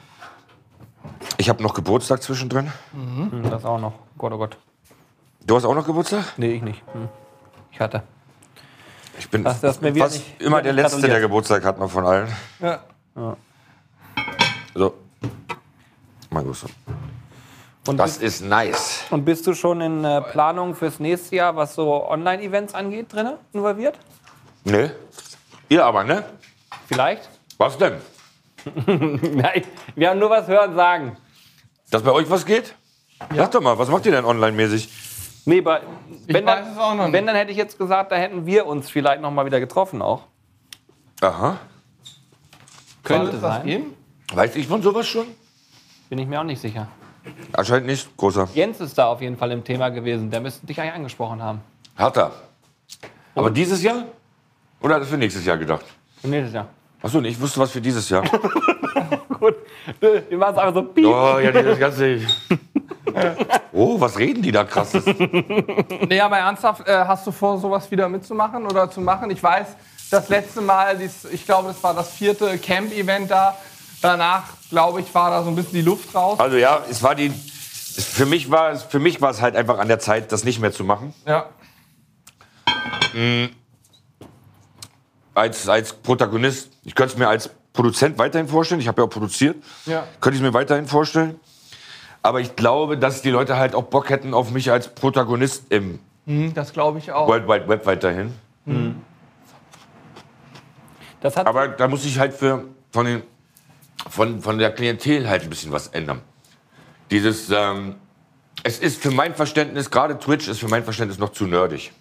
Speaker 1: Ich habe noch Geburtstag zwischendrin.
Speaker 5: Hm, das auch noch. Gott, oh Gott.
Speaker 1: Du hast auch noch Geburtstag?
Speaker 5: Nee, ich nicht. Hm. Ich hatte.
Speaker 1: Ich bin
Speaker 5: Ach, das ist mir wieder
Speaker 1: fast
Speaker 5: nicht-
Speaker 1: immer
Speaker 5: wieder
Speaker 1: der
Speaker 5: nicht
Speaker 1: Letzte, der
Speaker 5: gratuliert.
Speaker 1: Geburtstag hat, man von allen.
Speaker 2: Ja.
Speaker 1: So. Mein Gusto.
Speaker 5: Und,
Speaker 1: Das
Speaker 5: bist,
Speaker 1: ist nice.
Speaker 5: und bist du schon in äh, Planung fürs nächste Jahr, was so Online-Events angeht, drin involviert?
Speaker 1: Ne? Ihr aber, ne?
Speaker 5: Vielleicht?
Speaker 1: Was denn?
Speaker 5: Nein, wir haben nur was hören sagen.
Speaker 1: Dass bei euch was geht? Sag doch mal, was macht ihr denn online-mäßig?
Speaker 5: Nee, bei, wenn,
Speaker 2: weiß
Speaker 5: dann,
Speaker 2: es auch noch
Speaker 5: wenn
Speaker 2: nicht.
Speaker 5: dann hätte ich jetzt gesagt, da hätten wir uns vielleicht noch mal wieder getroffen auch.
Speaker 1: Aha.
Speaker 2: Soll
Speaker 5: Könnte
Speaker 2: es das
Speaker 5: sein.
Speaker 2: geben?
Speaker 1: Weiß ich von sowas schon?
Speaker 5: Bin ich mir auch nicht sicher.
Speaker 1: Anscheinend nicht, großer.
Speaker 5: Jens ist da auf jeden Fall im Thema gewesen. Der müsste dich eigentlich angesprochen haben.
Speaker 1: Hat er. Aber dieses Jahr? Oder hat er für nächstes Jahr gedacht?
Speaker 5: Nächstes Jahr.
Speaker 1: Achso, nee, ich wusste was für dieses Jahr.
Speaker 5: Gut. Wir machen es einfach so. Piep.
Speaker 1: Oh, ja, dieses ganze. Oh, was reden die da krasses?
Speaker 2: Nee, aber ernsthaft, äh, hast du vor, sowas wieder mitzumachen oder zu machen? Ich weiß, das letzte Mal, dies, ich glaube, das war das vierte Camp-Event da. Danach, glaube ich, war da so ein bisschen die Luft raus.
Speaker 1: Also ja, es war die. es- Für mich war es für mich war es halt einfach an der Zeit, das nicht mehr zu machen.
Speaker 2: Ja.
Speaker 1: Als, als Protagonist. Ich könnte es mir als Produzent weiterhin vorstellen. Ich habe ja auch produziert.
Speaker 2: Ja.
Speaker 1: Könnte ich es mir weiterhin vorstellen. Aber ich glaube, dass die Leute halt auch Bock hätten auf mich als Protagonist im
Speaker 2: Hm, Das glaube ich auch.
Speaker 1: World Wide Web weiterhin.
Speaker 5: Mhm. Das hat
Speaker 1: Aber da muss ich halt für, von, den, von, von der Klientel halt ein bisschen was ändern. Dieses, ähm, es ist für mein Verständnis, gerade Twitch ist für mein Verständnis noch zu nerdig.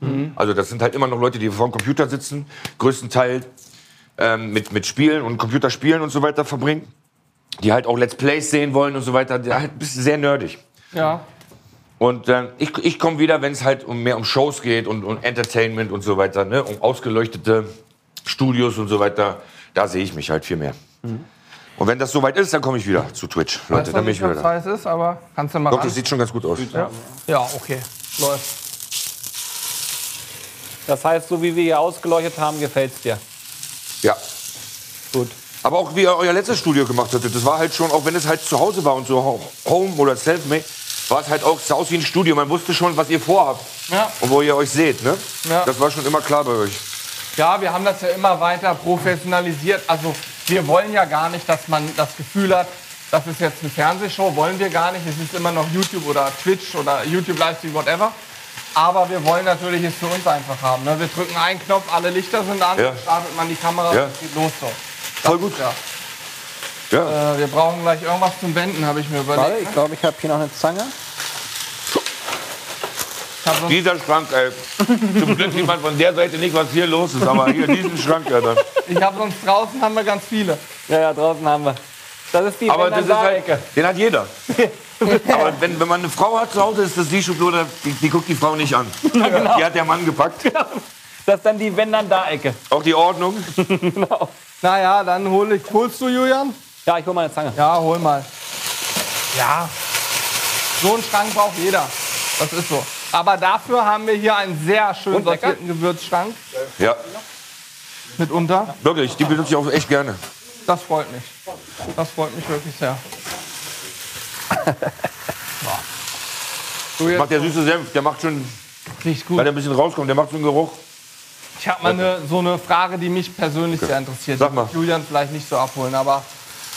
Speaker 5: Mhm.
Speaker 1: Also das sind halt immer noch Leute, die vor dem Computer sitzen, größtenteils ähm, mit, mit Spielen und Computerspielen und so weiter verbringen. Die halt auch Let's Plays sehen wollen und so weiter. Die halt ein bisschen sehr nerdig.
Speaker 2: Ja.
Speaker 1: Und äh, ich, ich komme wieder, wenn es halt um mehr um Shows geht und, und Entertainment und so weiter, ne? um ausgeleuchtete Studios und so weiter. Da sehe ich mich halt viel mehr. Und wenn das soweit ist, dann komme ich wieder zu Twitch,
Speaker 2: Ich
Speaker 1: Leute. Dann
Speaker 2: weiß noch ne?
Speaker 1: bin
Speaker 2: nicht,
Speaker 1: ich
Speaker 2: Mhm. was
Speaker 1: wieder da.
Speaker 2: heiß ist, aber kannst du mal
Speaker 1: Doch,
Speaker 2: ran.
Speaker 1: das sieht schon ganz gut aus.
Speaker 2: ja. ja, okay. Läuft.
Speaker 5: Das heißt, so wie wir hier ausgeleuchtet haben, gefällt's dir.
Speaker 1: Ja.
Speaker 5: Gut.
Speaker 1: Aber auch wie ihr euer letztes Studio gemacht hattet, das war halt schon, auch wenn es halt zu Hause war und so ho- Home oder Selfmade, war es halt auch, sah aus wie ein Studio. Man wusste schon, was ihr vorhabt
Speaker 2: Ja.
Speaker 1: und wo ihr euch seht. Ne?
Speaker 2: Ja.
Speaker 1: Das war schon immer klar bei euch.
Speaker 2: Ja, wir haben das ja immer weiter professionalisiert. Also wir wollen ja gar nicht, dass man das Gefühl hat, das ist jetzt eine Fernsehshow, wollen wir gar nicht. Es ist immer noch YouTube oder Twitch oder YouTube Livestream, whatever. Aber wir wollen natürlich es für uns einfach haben. Ne? Wir drücken einen Knopf, alle Lichter sind an,
Speaker 1: Ja.
Speaker 2: startet man die Kamera
Speaker 1: Ja.
Speaker 2: und es geht los so.
Speaker 1: Voll gut.
Speaker 2: Ja.
Speaker 1: Ja.
Speaker 2: Äh, wir brauchen gleich ne? irgendwas zum Wenden, habe ich mir überlegt.
Speaker 5: ich glaube, ich habe hier noch eine Zange.
Speaker 1: Dieser Schrank, ey. Zum Glück sieht man von der Seite nicht, was hier los ist. Aber hier, diesen Schrank, ja dann.
Speaker 2: Ich habe sonst draußen haben wir ganz viele.
Speaker 5: Ja, ja, draußen haben wir. Das ist die
Speaker 1: Aber das ist halt,
Speaker 5: Ecke.
Speaker 1: den hat jeder. Aber wenn, wenn man eine Frau hat zu Hause, ist das die Schublade, die, die guckt die Frau nicht an. Die hat der Mann gepackt.
Speaker 5: Das ist dann die Wenn dann da Ecke.
Speaker 1: Auch die Ordnung.
Speaker 2: Naja, dann hol ich. Holst du, Julian?
Speaker 5: Ja, ich hole meine Zange.
Speaker 2: Ja, hol mal. Ja. So einen Schrank braucht jeder. Das ist so. Aber dafür haben wir hier einen sehr schön
Speaker 5: Und lecker.
Speaker 2: sortierten Gewürzschrank
Speaker 1: Ja,
Speaker 2: mitunter.
Speaker 1: wirklich, die benutze ich auch echt gerne.
Speaker 2: Das freut mich. Das freut mich wirklich sehr. So,
Speaker 1: Macht
Speaker 2: jetzt
Speaker 1: der süße Senf, der macht schon,
Speaker 2: riecht
Speaker 1: weil
Speaker 2: gut.
Speaker 1: der ein bisschen rauskommt, der macht schon einen Geruch.
Speaker 2: Ich habe mal eine, so eine Frage, die mich persönlich sehr interessiert.
Speaker 1: Sag mal.
Speaker 2: Die Julian vielleicht nicht so abholen, aber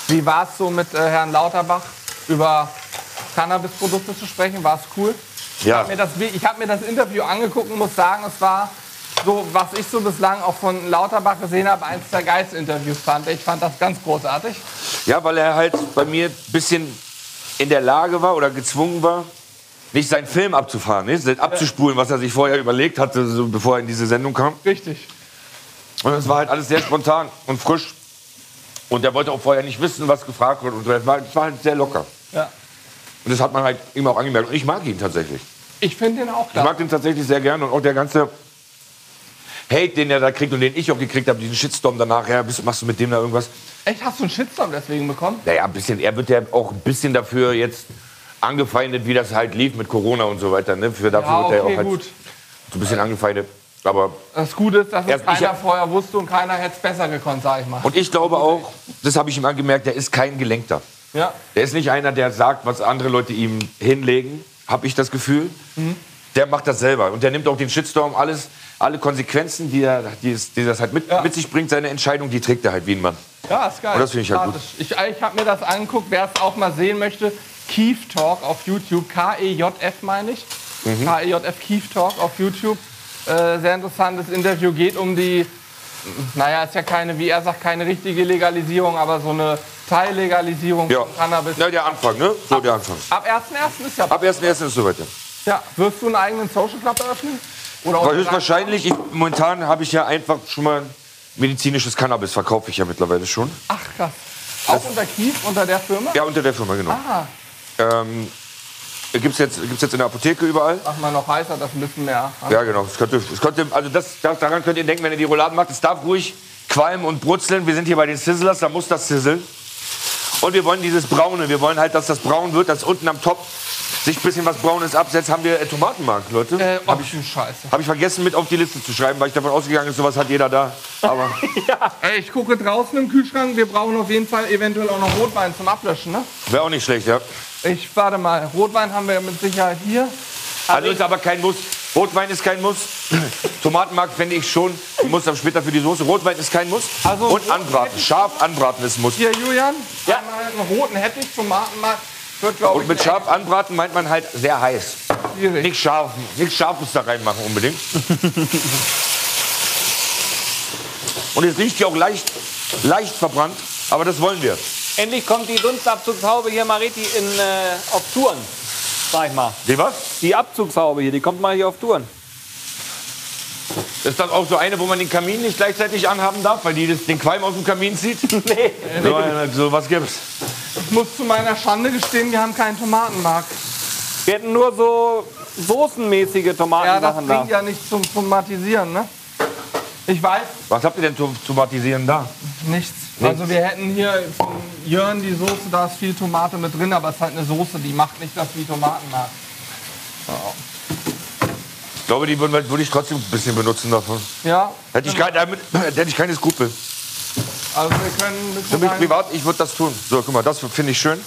Speaker 2: wie war es so mit äh, Herrn Lauterbach über Cannabisprodukte zu sprechen? War es cool?
Speaker 1: Ja,
Speaker 2: hab mir das, ich habe mir das Interview angeguckt und muss sagen, es war so, was ich so bislang auch von Lauterbach gesehen habe, eins der geilsten Interviews fand. Ich fand das ganz großartig.
Speaker 1: ja weil er halt bei mir ein bisschen in der Lage war oder gezwungen war, nicht seinen Film abzufahren, nicht? abzuspulen, was er sich vorher überlegt hatte, so bevor er in diese Sendung kam.
Speaker 2: Richtig.
Speaker 1: Und es war halt alles sehr spontan und frisch. Und er wollte auch vorher nicht wissen, was gefragt wird. Und so. es war, es war halt sehr locker.
Speaker 2: Ja.
Speaker 1: Und das hat man halt ihm auch angemerkt. Und ich mag ihn tatsächlich.
Speaker 2: Ich finde den auch
Speaker 1: Ich
Speaker 2: klar.
Speaker 1: mag den tatsächlich sehr gerne. Und auch der ganze Hate, den er da kriegt und den ich auch gekriegt habe, diesen Shitstorm danach, ja, bist, machst du mit dem da irgendwas?
Speaker 2: Echt, hast du einen Shitstorm deswegen bekommen?
Speaker 1: Naja, ein bisschen, er wird ja auch ein bisschen dafür jetzt angefeindet, wie das halt lief mit Corona und so weiter. Ne? Für dafür
Speaker 2: Ja,
Speaker 1: wird er ja
Speaker 2: okay,
Speaker 1: auch halt
Speaker 2: gut.
Speaker 1: so ein bisschen angefeindet. Aber
Speaker 2: Das Gute ist, dass es
Speaker 1: Erst- ich
Speaker 2: keiner
Speaker 1: hab-
Speaker 2: vorher wusste und keiner hätte es besser gekonnt, sag ich mal.
Speaker 1: und ich glaube auch, das habe ich ihm angemerkt, der ist kein Gelenkter.
Speaker 2: Ja.
Speaker 1: Der ist nicht einer, der sagt, was andere Leute ihm hinlegen, habe ich das Gefühl.
Speaker 2: Mhm.
Speaker 1: Der macht das selber und der nimmt auch den Shitstorm, alles, alle Konsequenzen, die, er, die, es, die das halt mit,
Speaker 2: Ja.
Speaker 1: mit sich bringt, seine Entscheidung, die trägt er halt wie ein Mann.
Speaker 2: Ja, ist geil.
Speaker 1: Und das finde ich halt gut.
Speaker 2: Sympathisch. Ich, ich habe mir das angeguckt, wer es auch mal sehen möchte. Keef Talk auf YouTube, K-E-J-F meine ich.
Speaker 1: Mhm.
Speaker 2: E K-E-J-F Keef Talk auf YouTube. Äh, sehr interessantes Interview. Geht um die, naja, ist ja keine, wie er sagt, keine richtige Legalisierung, aber so eine Teillegalisierung
Speaker 1: Ja,
Speaker 2: von Cannabis.
Speaker 1: Na, der Anfang, ne? So der Anfang.
Speaker 2: Ab 1.1. ist ja,
Speaker 1: Ab 1.1. ist es soweit. ja.
Speaker 2: ja. Wirst du einen eigenen Social Club eröffnen? Oder auch
Speaker 1: Weil höchstwahrscheinlich, ich, momentan habe ich ja einfach schon mal medizinisches Cannabis, verkaufe ich ja mittlerweile schon.
Speaker 2: Ach krass. Auch unter Kief, unter der Firma?
Speaker 1: Ja, unter der Firma, genau.
Speaker 2: Ah,
Speaker 1: Ähm, gibt's jetzt, gibt's jetzt in der Apotheke überall.
Speaker 2: mach mal noch heißer, das ein bisschen mehr.
Speaker 1: Ja, genau. Es könnte, es könnte, also das, das, daran könnt ihr denken, wenn ihr die Rouladen macht. Es darf ruhig qualmen und brutzeln. Wir sind hier bei den Sizzlers, da muss das sizzlen. Und wir wollen dieses Braune. Wir wollen halt, dass das braun wird, dass unten am Top sich ein bisschen was Braunes absetzt. Haben wir äh, Tomatenmark, Leute.
Speaker 2: Äh,
Speaker 1: Habe
Speaker 2: oh,
Speaker 1: ich,
Speaker 2: Scheiße.
Speaker 1: hab ich vergessen, mit auf die Liste zu schreiben, weil ich davon ausgegangen ist, sowas hat jeder da. Aber
Speaker 2: Ey, ich gucke draußen im Kühlschrank. Wir brauchen auf jeden Fall eventuell auch noch Rotwein zum Ablöschen, ne?
Speaker 1: wäre auch nicht schlecht, ja.
Speaker 2: Ich warte mal. Rotwein haben wir mit Sicherheit hier.
Speaker 1: Also ist aber kein Muss. Rotwein ist kein Muss. Tomatenmark fände ich schon. Ich muss dann später für die Soße. Rotwein ist kein Muss.
Speaker 2: Also-
Speaker 1: und anbraten. Scharf anbraten ist ein Muss.
Speaker 2: Hier, Julian.
Speaker 5: Ja.
Speaker 2: Einmal einen roten Hettich zum Markenmarkt. Wird, glaube ich,
Speaker 1: Und mit
Speaker 2: eine
Speaker 1: scharf anbraten meint man halt sehr heiß.
Speaker 2: Ecke schwierig.
Speaker 1: Nichts scharf, nichts Scharfes da reinmachen unbedingt. Und jetzt riecht die auch leicht, leicht verbrannt, aber das wollen wir.
Speaker 5: Endlich kommt die Dunstabzugshaube hier Mariti in, äh, auf Touren. Sag ich mal.
Speaker 1: Die was?
Speaker 5: Die Abzugshaube hier, die kommt mal hier auf Touren.
Speaker 1: Ist das auch so eine, wo man den Kamin nicht gleichzeitig anhaben darf, weil die das, den Qualm aus dem Kamin zieht?
Speaker 5: nee.
Speaker 1: So, eine- so was gibt's.
Speaker 2: Ich muss zu meiner Schande gestehen, wir haben keinen Tomatenmarkt.
Speaker 5: Wir hätten nur so soßenmäßige Tomaten
Speaker 2: Ja, das
Speaker 5: machen da.
Speaker 2: bringt ja nicht zum Tomatisieren, ne? Ich weiß
Speaker 1: Was habt ihr denn zu tomatisieren da?
Speaker 2: nichts. Also wir hätten hier von Jörn die Soße, da ist viel Tomate mit drin, aber es ist halt eine Soße, die macht nicht das wie Tomatenmark.
Speaker 1: Ich glaube, die würden wir- würde ich trotzdem ein bisschen benutzen davon.
Speaker 2: Ja,
Speaker 1: Hätte ich, kein, damit, hätte ich keine Skrupel.
Speaker 2: also wir können ein
Speaker 1: Für
Speaker 2: bisschen
Speaker 1: mich
Speaker 2: rein-
Speaker 1: privat, ich würde das tun. So, guck mal, das finde ich schön.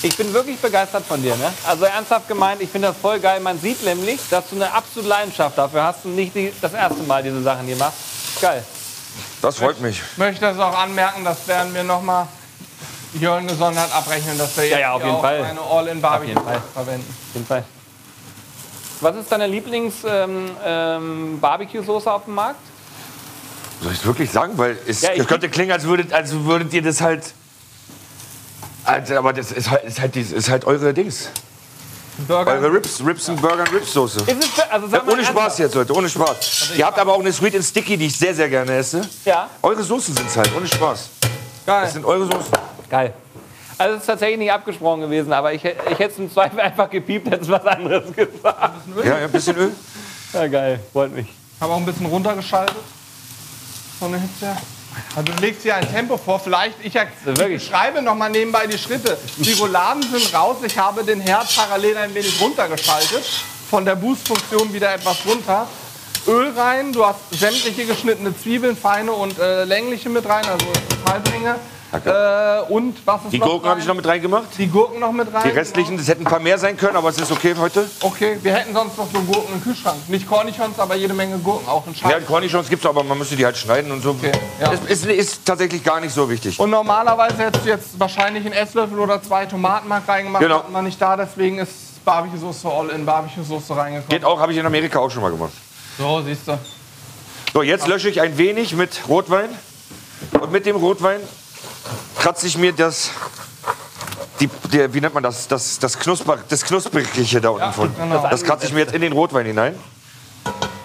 Speaker 5: Ich bin wirklich begeistert von dir, ne? Also ernsthaft gemeint, ich finde das voll geil. Man sieht nämlich, dass du eine absolute Leidenschaft dafür hast und nicht die, das erste Mal diese Sachen hier machst. Geil.
Speaker 1: Das freut mich.
Speaker 2: möchte das auch anmerken, das werden wir nochmal Jörn gesondert abrechnen, dass wir jetzt
Speaker 5: ja, auf
Speaker 2: hier
Speaker 5: jeden
Speaker 2: auch
Speaker 5: Fall.
Speaker 2: eine All-in-Barbecue
Speaker 5: Auf jeden Fall.
Speaker 2: verwenden.
Speaker 5: Auf jeden Fall. Was ist deine Lieblings-Barbecue-Soße auf dem Markt?
Speaker 1: Soll ich es wirklich sagen? Weil es,
Speaker 5: Ja, ich-
Speaker 1: es könnte klingen, als würdet, als würdet ihr das halt. Also, aber das ist halt, ist, halt, die- ist halt eure Dings. Bei
Speaker 2: Burger.
Speaker 1: Rips, Rips und Burger und Ripssoße.
Speaker 5: Ist es, für- also sag mal
Speaker 1: Ohne
Speaker 5: ernsthaft.
Speaker 1: Spaß jetzt, Leute, ohne Spaß. Ihr habt aber auch eine Sweet and Sticky, die ich sehr, sehr gerne esse.
Speaker 5: Ja.
Speaker 1: Eure Soßen sind's halt, ohne Spaß. Das
Speaker 2: Geil.
Speaker 1: sind eure Soßen.
Speaker 5: Geil. Also es ist tatsächlich nicht abgesprochen gewesen, aber ich, hä- ich hätte es im Zweifel einfach gepiept, hätte es was anderes gesagt.
Speaker 1: Ja, ja, ein bisschen Öl.
Speaker 5: Ja, geil. Freut mich.
Speaker 2: Habe auch ein bisschen runtergeschaltet. Von der Hitze her. Also du legst dir ein Tempo vor, vielleicht, ich, er-
Speaker 5: wirklich.
Speaker 2: ich schreibe noch mal nebenbei die Schritte. Die Rouladen sind raus, ich habe den Herd parallel ein wenig runtergeschaltet, von der Boost-Funktion wieder etwas runter. Öl rein, du hast sämtliche geschnittene Zwiebeln, feine und äh, längliche mit rein, also Halbringe. Äh, und was ist
Speaker 1: Die
Speaker 2: noch
Speaker 1: Gurken
Speaker 2: rein?
Speaker 1: habe ich noch mit reingemacht.
Speaker 2: Die Gurken noch mit rein.
Speaker 1: Die restlichen, das hätten ein paar mehr sein können, aber es ist okay heute.
Speaker 2: Genau. Okay, wir hätten sonst noch so Gurken im Kühlschrank. Nicht Cornichons, aber jede Menge Gurken, auch ein Scheiß.
Speaker 1: Ja, Cornichons gibt's aber, man müsste die halt schneiden und so.
Speaker 2: Okay, ja.
Speaker 1: Es ist, ist tatsächlich gar nicht so wichtig.
Speaker 2: Und normalerweise hättest du jetzt wahrscheinlich einen Esslöffel oder zwei Tomatenmark reingemacht.
Speaker 1: Genau.
Speaker 2: Hatten wir nicht da, deswegen ist Barbecue-Soße all in Barbecue-Soße reingekommen.
Speaker 1: Geht auch, habe ich in Amerika auch schon mal gemacht.
Speaker 2: So, siehst du.
Speaker 1: So, jetzt lösche ich ein wenig mit Rotwein. Und mit dem Rotwein kratze ich mir das, die, der, wie nennt man das, das, das, Knusper, das Knusprige da unten von.
Speaker 2: genau.
Speaker 1: Das kratze ich mir jetzt in den Rotwein hinein.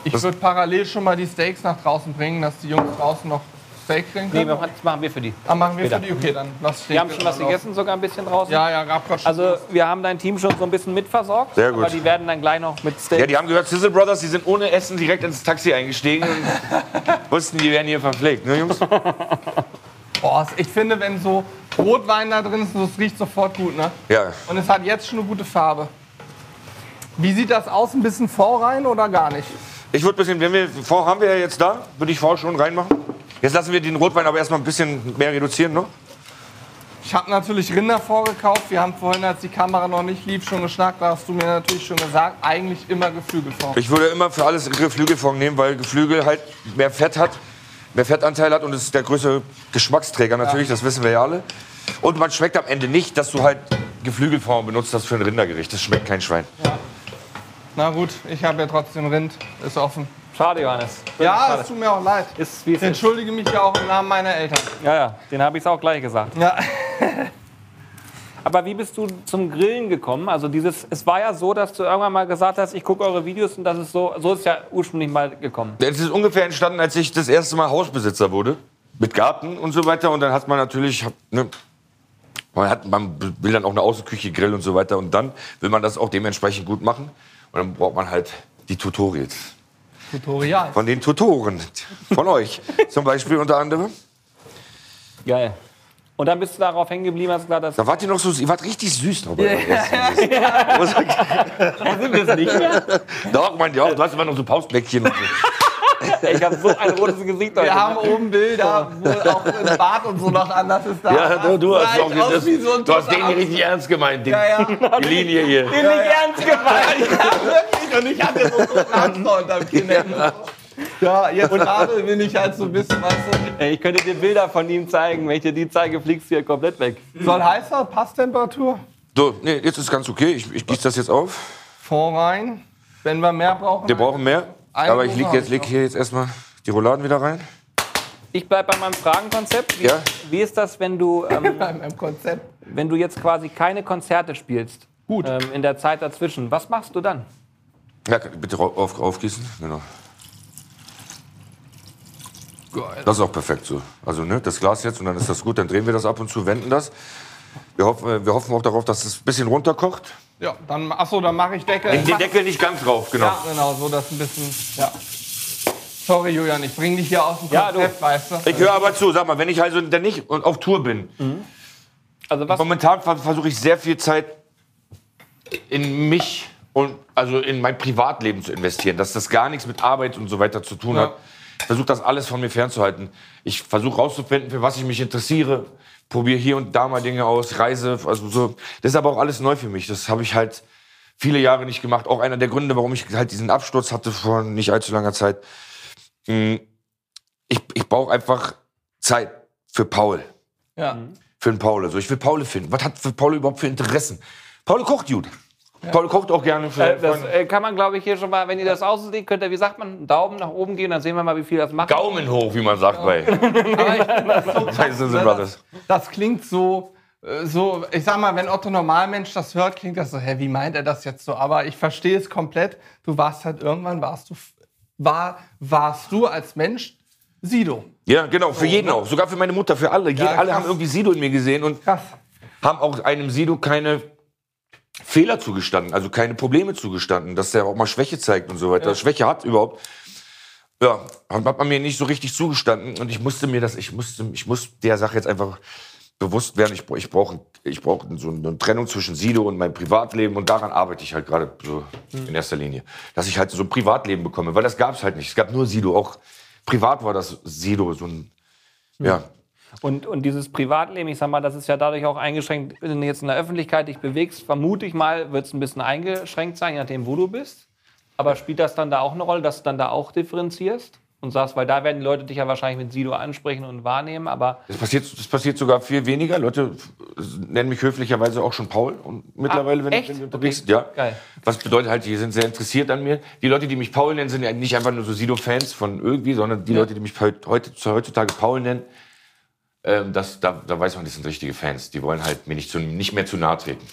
Speaker 2: Ich würde parallel schon mal die Steaks nach draußen bringen, dass die Jungs draußen noch Steak kriegen
Speaker 5: Nee,
Speaker 2: können.
Speaker 5: wir machen- das machen wir für die.
Speaker 2: ah, machen wir
Speaker 5: später.
Speaker 2: für die. Okay, dann lass Steak.
Speaker 5: Wir haben schon was
Speaker 2: laufen.
Speaker 5: gegessen, sogar ein bisschen draußen.
Speaker 2: Ja, ja, gab grad schon.
Speaker 5: Also wir haben dein Team schon so ein bisschen mitversorgt.
Speaker 1: Sehr gut.
Speaker 5: Aber die werden dann gleich noch mit Steak.
Speaker 1: Ja, die haben gehört, Sizzle Brothers, die sind ohne Essen direkt ins Taxi eingestiegen und wussten, die werden hier verpflegt, ne Jungs?
Speaker 2: Boah, ich finde, wenn so Rotwein da drin ist, das riecht sofort gut, ne?
Speaker 1: Ja.
Speaker 2: Und es hat jetzt schon eine gute Farbe. Wie sieht das aus? Ein bisschen vorrein oder gar nicht?
Speaker 1: Ich würde ein bisschen, wenn wir, V haben wir ja jetzt da, würde ich V schon reinmachen. Jetzt lassen wir den Rotwein aber erstmal ein bisschen mehr reduzieren, ne?
Speaker 2: Ich habe natürlich Rinder vorgekauft. Wir haben vorhin, als die Kamera noch nicht lief, schon geschnackt. Da hast du mir natürlich schon gesagt, eigentlich immer Geflügel vor.
Speaker 1: Ich würde immer für alles Geflügelfond nehmen, weil Geflügel halt mehr Fett hat, mehr Fettanteil hat und es ist der größte Geschmacksträger natürlich, das wissen wir ja alle. Und man schmeckt am Ende nicht, dass du halt Geflügelfond benutzt hast für ein Rindergericht. Das schmeckt kein Schwein.
Speaker 2: Na gut, ich habe ja trotzdem Rind. Ist offen.
Speaker 5: Schade, Johannes.
Speaker 2: Ja, es
Speaker 5: schade.
Speaker 2: tut mir auch leid.
Speaker 5: Ist, wie
Speaker 2: Ich
Speaker 5: es ist.
Speaker 2: entschuldige mich ja auch im Namen meiner Eltern.
Speaker 5: Ja, ja, den habe ich auch gleich gesagt.
Speaker 2: Ja.
Speaker 5: Aber wie bist du zum Grillen gekommen? Also dieses, es war ja so, dass du irgendwann mal gesagt hast, ich gucke eure Videos und das ist so, so ist ja ursprünglich mal gekommen.
Speaker 1: Es ist ungefähr entstanden, als ich das erste Mal Hausbesitzer wurde. Mit Garten und so weiter. Und dann hat man natürlich. Ne, man, hat, man will dann auch eine Außenküche, Grill und so weiter. Und dann will man das auch dementsprechend gut machen. Und dann braucht man halt die Tutorials.
Speaker 2: Tutorial.
Speaker 1: Von den Tutoren. Von euch. Zum Beispiel unter anderem.
Speaker 5: Geil. Und dann bist du darauf hängen geblieben, hast gesagt, das
Speaker 1: Da wart ihr noch so. Ihr wart richtig süß noch bei der ersten. Muss ich sagen.
Speaker 5: sind wir nicht mehr.
Speaker 1: Doch, mein ja, du hast immer noch so Pausbleckchen. und so.
Speaker 5: Ich habe so ein rotes Gesicht heute.
Speaker 2: Wir haben oben Bilder, wo auch im Bad und so noch anders ist da.
Speaker 1: Ja, du, du hast
Speaker 2: Sah ich
Speaker 1: auch
Speaker 2: aus
Speaker 1: das,
Speaker 2: wie so ein
Speaker 1: Du hast den
Speaker 2: toter
Speaker 1: hier richtig ernst gemeint. Den,
Speaker 2: Ja, ja.
Speaker 1: Die Linie hier.
Speaker 5: den nicht ernst gemeint.
Speaker 2: wirklich. Und ich hatte so einen großen Hamster unterm Kinn. Ja, jetzt gerade bin ich halt so ein bisschen, weißt du,
Speaker 5: Ey, ich könnte dir Bilder von ihm zeigen. Wenn ich dir die zeige, fliegst du hier komplett weg.
Speaker 2: Soll heißer, Passtemperatur.
Speaker 1: So, nee, jetzt ist ganz okay. Ich, ich gieße das jetzt auf.
Speaker 2: Vor rein. Wenn wir mehr brauchen.
Speaker 1: Wir brauchen mehr.
Speaker 2: Eine
Speaker 1: aber ich leg
Speaker 2: Woche
Speaker 1: jetzt, leg hier jetzt erstmal die Rouladen wieder rein.
Speaker 5: Ich bleibe bei meinem Fragenkonzept. Wie,
Speaker 1: Ja.
Speaker 5: wie ist das, wenn du, ähm,
Speaker 2: beim im Konzept.
Speaker 5: wenn du jetzt quasi keine Konzerte spielst?
Speaker 2: Gut.
Speaker 5: Ähm, in der Zeit dazwischen. Was machst du dann?
Speaker 1: Ja, bitte rau- auf, aufgießen. Genau. Das ist auch perfekt so. Also ne, das Glas jetzt und dann ist das gut. Dann drehen wir das ab und zu, wenden das. Wir hoffen, äh, wir hoffen auch darauf, dass es ein bisschen runterkocht.
Speaker 2: Ja, dann, achso, dann mache ich Deckel.
Speaker 1: Den Deckel nicht ganz drauf, genau.
Speaker 2: Ja, genau, so dass ein bisschen. Ja. Sorry, Julian, ich bring dich hier aus dem
Speaker 5: Ja,
Speaker 2: Konzept, weißt du?
Speaker 1: Ich höre aber zu, sag mal, wenn ich also dann nicht und auf Tour bin.
Speaker 5: Mhm. Also was,
Speaker 1: Momentan ver- versuche ich sehr viel Zeit in mich und also in mein Privatleben zu investieren, dass das gar nichts mit Arbeit und so weiter zu tun hat. Ich versuche das alles von mir fernzuhalten. Ich versuche rauszufinden, für was ich mich interessiere. Probiere hier und da mal Dinge aus, reise, also so. Das ist aber auch alles neu für mich. Das habe ich halt viele Jahre nicht gemacht. Auch einer der Gründe, warum ich halt diesen Absturz hatte vor nicht allzu langer Zeit. Mm, Ich, ich brauche einfach Zeit für Paul
Speaker 2: Ja.
Speaker 1: für einen Paul. Also ich will Paul finden. Was hat für Paul überhaupt für Interessen? Paul kocht gut. Paul kocht auch gerne für
Speaker 5: äh, das
Speaker 1: Freunde.
Speaker 5: äh, kann man, glaube ich, hier schon mal, wenn ihr das auslegt, könnt ihr, wie sagt man, Daumen nach oben gehen, dann sehen wir mal, wie viel das macht.
Speaker 1: Gaumen hoch, wie man sagt bei
Speaker 2: Aber ich,
Speaker 1: bei Sizzle Brothers.
Speaker 2: das klingt so äh, so, ich sag mal, wenn Otto Normalmensch das hört, klingt das so, hä, wie meint er das jetzt so? Aber ich verstehe es komplett. Du warst halt irgendwann, warst du, f- war, warst du als Mensch Sido.
Speaker 1: Ja, genau, für
Speaker 5: ne?
Speaker 1: jeden auch. Sogar für meine Mutter, für alle. Jed- alle
Speaker 2: krass.
Speaker 1: haben irgendwie Sido in mir gesehen und
Speaker 2: Krass.
Speaker 1: haben auch einem Sido keine Fehler zugestanden, also keine Probleme zugestanden, dass der auch mal Schwäche zeigt und so weiter. Schwäche hat überhaupt. Ja, hat hat man mir nicht so richtig zugestanden und ich musste mir das, ich musste, ich muss der Sache jetzt einfach bewusst werden. Ich, bra- ich brauche ich brauch so eine Trennung zwischen Sido und meinem Privatleben und daran arbeite ich halt gerade so in erster Linie, dass ich halt so ein Privatleben bekomme, weil das gab es halt nicht. Es gab nur Sido, auch privat war das Sido so ein, ja,
Speaker 5: Und, und dieses Privatleben, ich sag mal, das ist ja dadurch auch eingeschränkt, wenn du jetzt in der Öffentlichkeit dich bewegst, vermute ich mal, wird es ein bisschen eingeschränkt sein, je nachdem, wo du bist. Aber spielt das dann da auch eine Rolle, dass du dann da auch differenzierst und sagst, weil da werden die Leute dich ja wahrscheinlich mit Sido ansprechen und wahrnehmen, aber
Speaker 1: Das passiert, das passiert sogar viel weniger. Leute f- nennen mich höflicherweise auch schon Paul und mittlerweile, wenn,
Speaker 5: Ah, echt?
Speaker 1: ich, wenn ich unterwegs
Speaker 5: Okay.
Speaker 1: bin. Ja.
Speaker 5: Geil.
Speaker 1: Was bedeutet halt, die sind sehr interessiert an mir. Die Leute, die mich Paul nennen, sind ja nicht einfach nur so Sido-Fans von irgendwie, sondern die Leute, die mich heut- heute, heutzutage Paul nennen, ähm, das, da, da weiß man, das sind richtige Fans. Die wollen halt mir nicht, zu, nicht mehr zu nahe treten.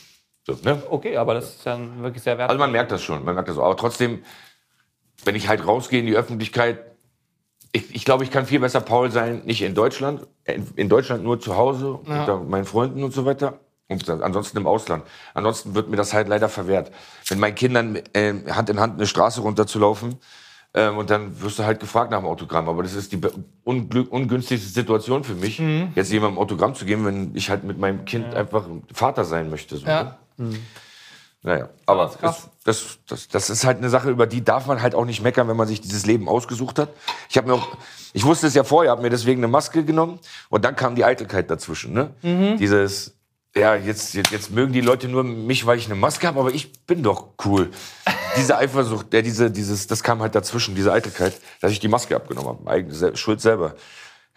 Speaker 1: So, ne?
Speaker 5: okay, aber das ist dann wirklich sehr wertvoll.
Speaker 1: Also man merkt das schon, man merkt das auch. Aber trotzdem, wenn ich halt rausgehe in die Öffentlichkeit, ich, ich glaube, ich kann viel besser Paul sein, nicht in Deutschland, äh, in, in Deutschland nur zu Hause, unter meinen Freunden und so weiter. Und dann- ansonsten im Ausland. Ansonsten wird mir das halt leider verwehrt. Mit meinen Kindern ähm, Hand in Hand eine Straße runterzulaufen ähm, und dann wirst du halt gefragt nach dem Autogramm. Aber das ist die be- unglück ungünstigste Situation für mich, jetzt jemandem ein Autogramm zu geben, wenn ich halt mit meinem Kind einfach Vater sein möchte. So, ne?
Speaker 2: Ja.
Speaker 1: Naja, aber
Speaker 2: das ist krass.
Speaker 1: es- das, das, das ist halt eine Sache, über die darf man halt auch nicht meckern, wenn man sich dieses Leben ausgesucht hat. Ich habe mir auch, ich wusste es ja vorher, habe mir deswegen eine Maske genommen und dann kam die Eitelkeit dazwischen. Ne?
Speaker 2: Mhm.
Speaker 1: Dieses, ja, jetzt, jetzt, jetzt mögen die Leute nur mich, weil ich eine Maske habe, aber ich bin doch cool. Diese Eifersucht, ja, diese, dieses, das kam halt dazwischen, diese Eitelkeit, dass ich die Maske abgenommen habe. Eigene Se- Schuld selber. Hätte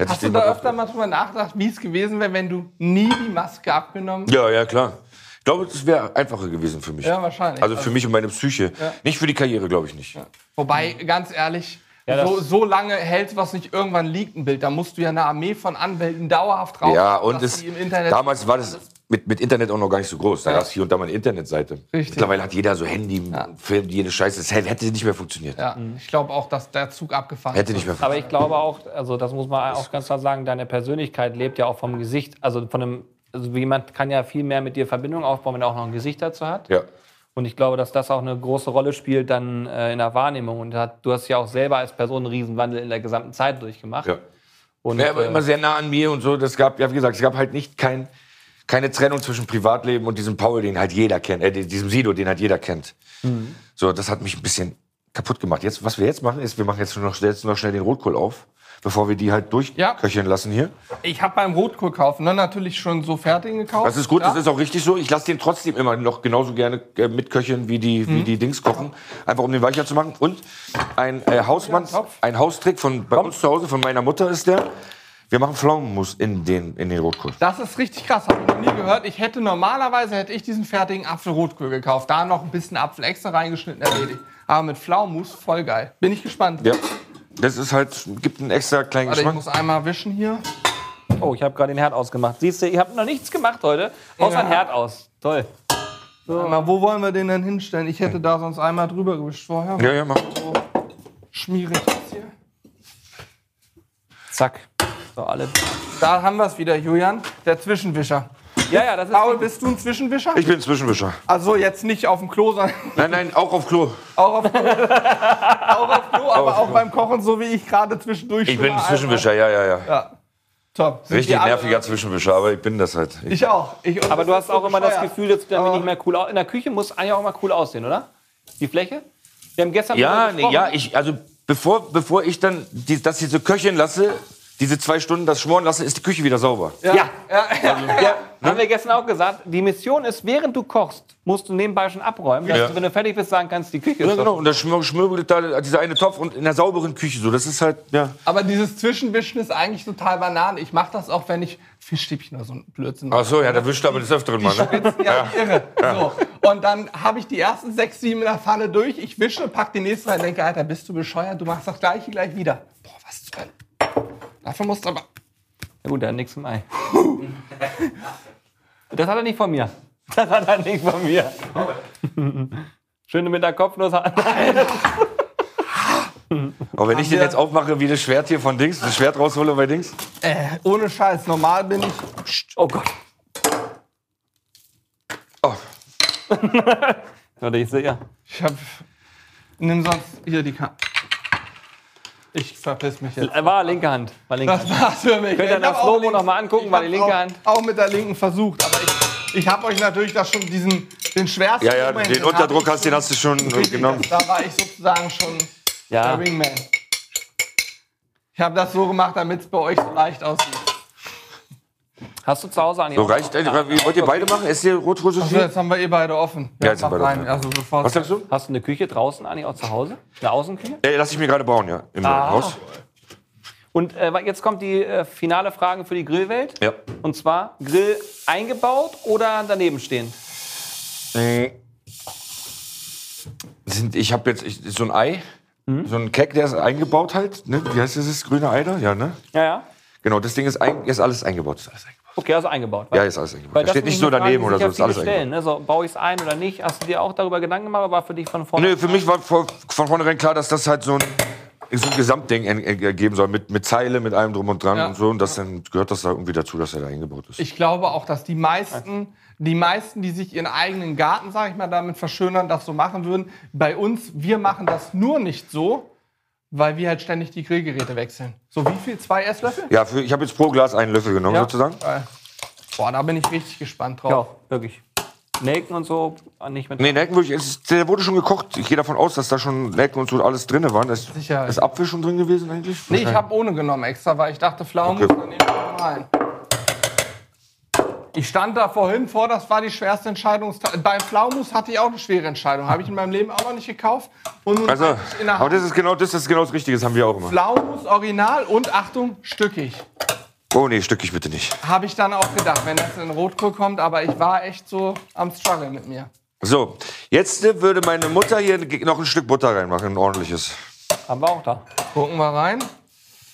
Speaker 1: ich
Speaker 2: Hast du
Speaker 1: den
Speaker 2: da
Speaker 1: mal drauf-
Speaker 2: öfter mal drüber nachgedacht, wie es gewesen wäre, wenn du nie die Maske abgenommen
Speaker 1: Ja, ja, klar. Ich glaube, es wäre einfacher gewesen für mich.
Speaker 2: Ja, wahrscheinlich.
Speaker 1: Also für mich und meine Psyche. Nicht für die Karriere, glaube ich nicht.
Speaker 2: Wobei, ganz ehrlich,
Speaker 5: das-
Speaker 2: so, so lange hält, was nicht irgendwann liegt, ein Bild. Da musst du ja eine Armee von Anwälten dauerhaft raus.
Speaker 1: Ja, und
Speaker 2: dass
Speaker 1: es,
Speaker 2: die im Internet.
Speaker 1: damals war das mit, mit Internet auch noch gar nicht so groß. Da
Speaker 2: Ja.
Speaker 1: gab es hier und da mal eine Internetseite.
Speaker 2: Richtig.
Speaker 1: Mittlerweile hat jeder so Handy, Film, jede Scheiße. Das hätte nicht mehr funktioniert.
Speaker 2: ja, ich glaube auch, dass der Zug abgefahren
Speaker 1: Hätte nicht mehr funktioniert.
Speaker 5: Aber ich glaube auch, also das muss man auch ganz klar sagen, deine Persönlichkeit lebt ja auch vom Gesicht, also von einem, also jemand kann ja viel mehr mit dir Verbindung aufbauen, wenn er auch noch ein Gesicht dazu hat.
Speaker 1: Ja.
Speaker 5: Und ich glaube, dass das auch eine große Rolle spielt dann äh, in der Wahrnehmung. Und hat, du hast ja auch selber als Person einen Riesenwandel in der gesamten Zeit durchgemacht.
Speaker 1: ja.
Speaker 5: Und,
Speaker 1: Er war
Speaker 5: äh,
Speaker 1: immer sehr nah an mir und so. Das gab, ja, wie gesagt, es gab halt nicht kein, keine Trennung zwischen Privatleben und diesem Paul, den halt jeder kennt, äh, diesem Sido, den halt jeder kennt.
Speaker 2: Mhm.
Speaker 1: So, das hat mich ein bisschen kaputt gemacht. Jetzt, was wir jetzt machen, ist, wir machen jetzt nur noch, jetzt noch schnell den Rotkohl auf, bevor wir die halt durchköcheln lassen hier.
Speaker 2: Ich habe beim Rotkohl kaufen ne, natürlich schon so fertig gekauft.
Speaker 1: Das ist gut,
Speaker 2: ja.
Speaker 1: das ist auch richtig so. Ich lasse den trotzdem immer noch genauso gerne äh, mitköcheln, wie die,
Speaker 2: Mhm.
Speaker 1: wie die Dings kochen. Einfach um den weicher zu machen. Und ein äh, Hausmann, ein Haustrick von bei uns zu Hause, von meiner Mutter ist der. Wir machen Pflaumenmus in den, in den Rotkohl.
Speaker 2: Das ist richtig krass, habe ich noch nie gehört. Ich hätte normalerweise hätte ich diesen fertigen Apfelrotkohl gekauft, da noch ein bisschen Apfel extra reingeschnitten, erledigt. Aber mit Pflaumus voll geil. Bin ich gespannt.
Speaker 1: Ja. Das ist halt, gibt einen extra kleinen
Speaker 2: Warte, ich
Speaker 1: Geschmack.
Speaker 2: muss einmal wischen hier.
Speaker 5: oh, ich habe gerade den Herd ausgemacht. Siehst du, ihr habt noch nichts gemacht heute, außer
Speaker 2: Ja.
Speaker 5: einen Herd aus. Toll.
Speaker 2: Mal, wo wollen wir den denn hinstellen? Ich hätte da sonst einmal drüber gewischt vorher.
Speaker 1: Ja, ja, mach.
Speaker 2: Schmiere ich das hier.
Speaker 5: Zack. So, alle.
Speaker 2: Da haben wir es wieder, Julian. Der Zwischenwischer.
Speaker 5: Ja, ja, das ist.
Speaker 2: Paul, bist du ein Zwischenwischer?
Speaker 1: Ich bin Zwischenwischer.
Speaker 2: Also jetzt nicht auf dem Klo, sondern
Speaker 1: Nein, nein, auch auf Klo.
Speaker 2: auch auf, Klo. auch auf Klo, aber auch beim Kochen, so wie ich gerade zwischendurch
Speaker 1: Ich
Speaker 2: schon
Speaker 1: bin ein
Speaker 2: mal
Speaker 1: Zwischenwischer, ja, ja, ja.
Speaker 2: einmal- Top. Sind
Speaker 1: Richtig
Speaker 2: wir alle-
Speaker 1: nerviger Zwischenwischer, aber ich bin das halt. Ich,
Speaker 2: Ich auch. Ich,
Speaker 5: aber du hast auch immer das Gefühl, jetzt werden wir
Speaker 2: Aber-
Speaker 5: nicht mehr cool aus. In der Küche muss eigentlich auch immer cool aussehen, oder? Die Fläche? Wir haben gestern.
Speaker 1: Ja,
Speaker 5: drüber
Speaker 1: nee,
Speaker 5: gesprochen.
Speaker 1: ja, ich, also bevor, bevor ich dann die, das hier so köcheln lasse, diese zwei Stunden das schmoren lasse, ist die Küche wieder sauber.
Speaker 5: Ja. Ja,
Speaker 1: ne?
Speaker 5: haben wir gestern auch gesagt, die Mission ist, während du kochst, musst du nebenbei schon abräumen, dass
Speaker 1: Ja.
Speaker 5: du, wenn du fertig bist, sagen kannst, die Küche
Speaker 1: Ja,
Speaker 5: ist
Speaker 1: genau. Und das schmür- schmürbelt da dieser eine Topf und in der sauberen Küche so. Das ist halt, ja.
Speaker 2: Aber dieses Zwischenwischen ist eigentlich total Banane. Ich mache das auch, wenn ich Fischstäbchen oder so ein Blödsinn mache.
Speaker 1: Ach so, ja, da wischt aber des Öfteren mal, ne?
Speaker 2: Ja, wie irre. So. Und dann habe ich die ersten sechs, sieben in der Pfanne durch. Ich wische, pack die nächste rein, denke, Alter, bist du bescheuert? Du machst das gleiche gleich wieder. Boah, was zur Hölle. Dafür musst du aber.
Speaker 5: Ja, gut, dann nix im Ei. Das hat er nicht von mir. Das hat er nicht von mir. Schöne mit der Kopfnuss.
Speaker 1: Aber wenn ich den jetzt aufmache wie das Schwert hier von Dings, das Schwert raushole bei Dings.
Speaker 2: Äh, ohne Scheiß, normal bin ich.
Speaker 5: Oh Gott.
Speaker 1: Oh,
Speaker 5: Warte, ich sehe ja.
Speaker 2: Ich hab. Nimm sonst hier die Karte. Ich verpiss mich jetzt.
Speaker 5: War linke Hand. War linke Hand.
Speaker 2: Das war's für mich.
Speaker 5: Könnt ihr
Speaker 2: Ich
Speaker 5: das
Speaker 2: hab auch
Speaker 5: Slow-Mo
Speaker 2: links-
Speaker 5: noch mal angucken,
Speaker 2: ich
Speaker 5: weil die
Speaker 2: hab's
Speaker 5: linke
Speaker 2: auch,
Speaker 5: Hand-
Speaker 2: Auch mit der linken versucht, aber ich, ich habe euch natürlich das schon diesen den schwersten.
Speaker 1: ja, ja,
Speaker 2: Moment,
Speaker 1: den
Speaker 2: hab
Speaker 1: Unterdruck
Speaker 2: ich
Speaker 1: hast, den
Speaker 2: schon-
Speaker 1: hast du schon äh,
Speaker 2: Richtig,
Speaker 1: genommen.
Speaker 2: das- Da war ich sozusagen schon
Speaker 5: Ja.
Speaker 1: Ah.
Speaker 2: der Wingman. Ich habe das so gemacht, damit es bei euch so leicht aussieht.
Speaker 5: Hast du zu Hause an
Speaker 1: So reicht, äh, wie wollt ihr beide machen? Ist hier Rotrose
Speaker 2: So,
Speaker 1: viel?
Speaker 2: jetzt haben wir eh beide offen.
Speaker 1: Ja, jetzt sind
Speaker 2: mach
Speaker 1: beide
Speaker 2: rein.
Speaker 1: offen.
Speaker 2: Also bevor
Speaker 1: Was sagst du?
Speaker 5: Hast du eine Küche draußen, Anni, auch zu Hause? Eine Außenküche?
Speaker 1: Ja, lass ich mir gerade bauen, ja. Im
Speaker 2: Ah.
Speaker 1: Haus.
Speaker 5: Und äh, jetzt kommt die äh, finale Frage für die Grillwelt.
Speaker 1: Ja.
Speaker 5: Und zwar Grill eingebaut oder daneben stehend?
Speaker 1: Äh, Sind, ich habe jetzt ich, so ein Ei,
Speaker 5: Mhm.
Speaker 1: so ein Keck, der ist eingebaut halt. Ne? Wie heißt das? das grüne Ei da? Ja, ne?
Speaker 5: Ja, ja.
Speaker 1: Genau, das Ding ist, ein, ist alles eingebaut. Ist alles eingebaut.
Speaker 5: Okay, also eingebaut.
Speaker 1: Ja, ist alles
Speaker 5: Weil
Speaker 1: eingebaut. Da
Speaker 5: das
Speaker 1: steht
Speaker 5: sind
Speaker 1: nicht nur
Speaker 5: die Fragen,
Speaker 1: daneben
Speaker 5: die
Speaker 1: oder
Speaker 5: sich
Speaker 1: so,
Speaker 5: ja
Speaker 1: ist alles
Speaker 5: viele
Speaker 1: eingebaut.
Speaker 5: stellen, ne? so, Baue ich es ein oder nicht? Hast du dir auch darüber Gedanken gemacht, aber war für dich von vorne?
Speaker 1: Nö, für mich war vor, von vornherein klar, dass das halt so ein, so ein Gesamtding en- en- ergeben soll, mit, mit Zeile, mit allem drum und dran
Speaker 2: Ja.
Speaker 1: und so. Und das dann gehört das da irgendwie dazu, dass er da eingebaut ist.
Speaker 2: Ich glaube auch, dass die meisten, die meisten, die sich ihren eigenen Garten, sage ich mal, damit verschönern, das so machen würden. Bei uns, wir machen das nur nicht so, weil wir halt ständig die Grillgeräte wechseln. So wie viel? Zwei Esslöffel?
Speaker 1: ja, für, ich habe jetzt pro Glas einen Löffel genommen,
Speaker 5: Ja.
Speaker 1: sozusagen.
Speaker 2: Geil. Boah, da bin ich richtig gespannt drauf.
Speaker 5: Ja, auch, wirklich. Nelken und so nicht mit.
Speaker 1: Nee, Nelken würde ich, es, ist- der wurde schon gekocht. Ich gehe davon aus, dass da schon Nelken und so alles drin waren. Ist,
Speaker 2: Sicher.
Speaker 1: ist Apfel schon drin gewesen eigentlich?
Speaker 2: Nee, ich habe ohne genommen extra, weil ich dachte, Pflaumen
Speaker 1: Okay.
Speaker 2: muss man nehmen wir rein. Ich stand da vorhin vor, das war die schwerste Entscheidung. Bei Pflaumus hatte ich auch eine schwere Entscheidung. Habe ich in meinem Leben auch noch nicht gekauft. Und nun
Speaker 1: Also,
Speaker 2: hatte ich in der
Speaker 1: aber
Speaker 2: Hand
Speaker 1: das ist genau das, ist genau das Richtige, das haben wir auch immer.
Speaker 2: Pflaumus original und Achtung, stückig.
Speaker 1: Oh nee, stück ich bitte nicht.
Speaker 2: Habe ich dann auch gedacht, wenn das in Rotkohl kommt. Aber ich war echt so am Struggle mit mir.
Speaker 1: So, jetzt äh, würde meine Mutter hier noch ein Stück Butter reinmachen, ein ordentliches.
Speaker 5: Haben wir auch da.
Speaker 2: Gucken wir rein.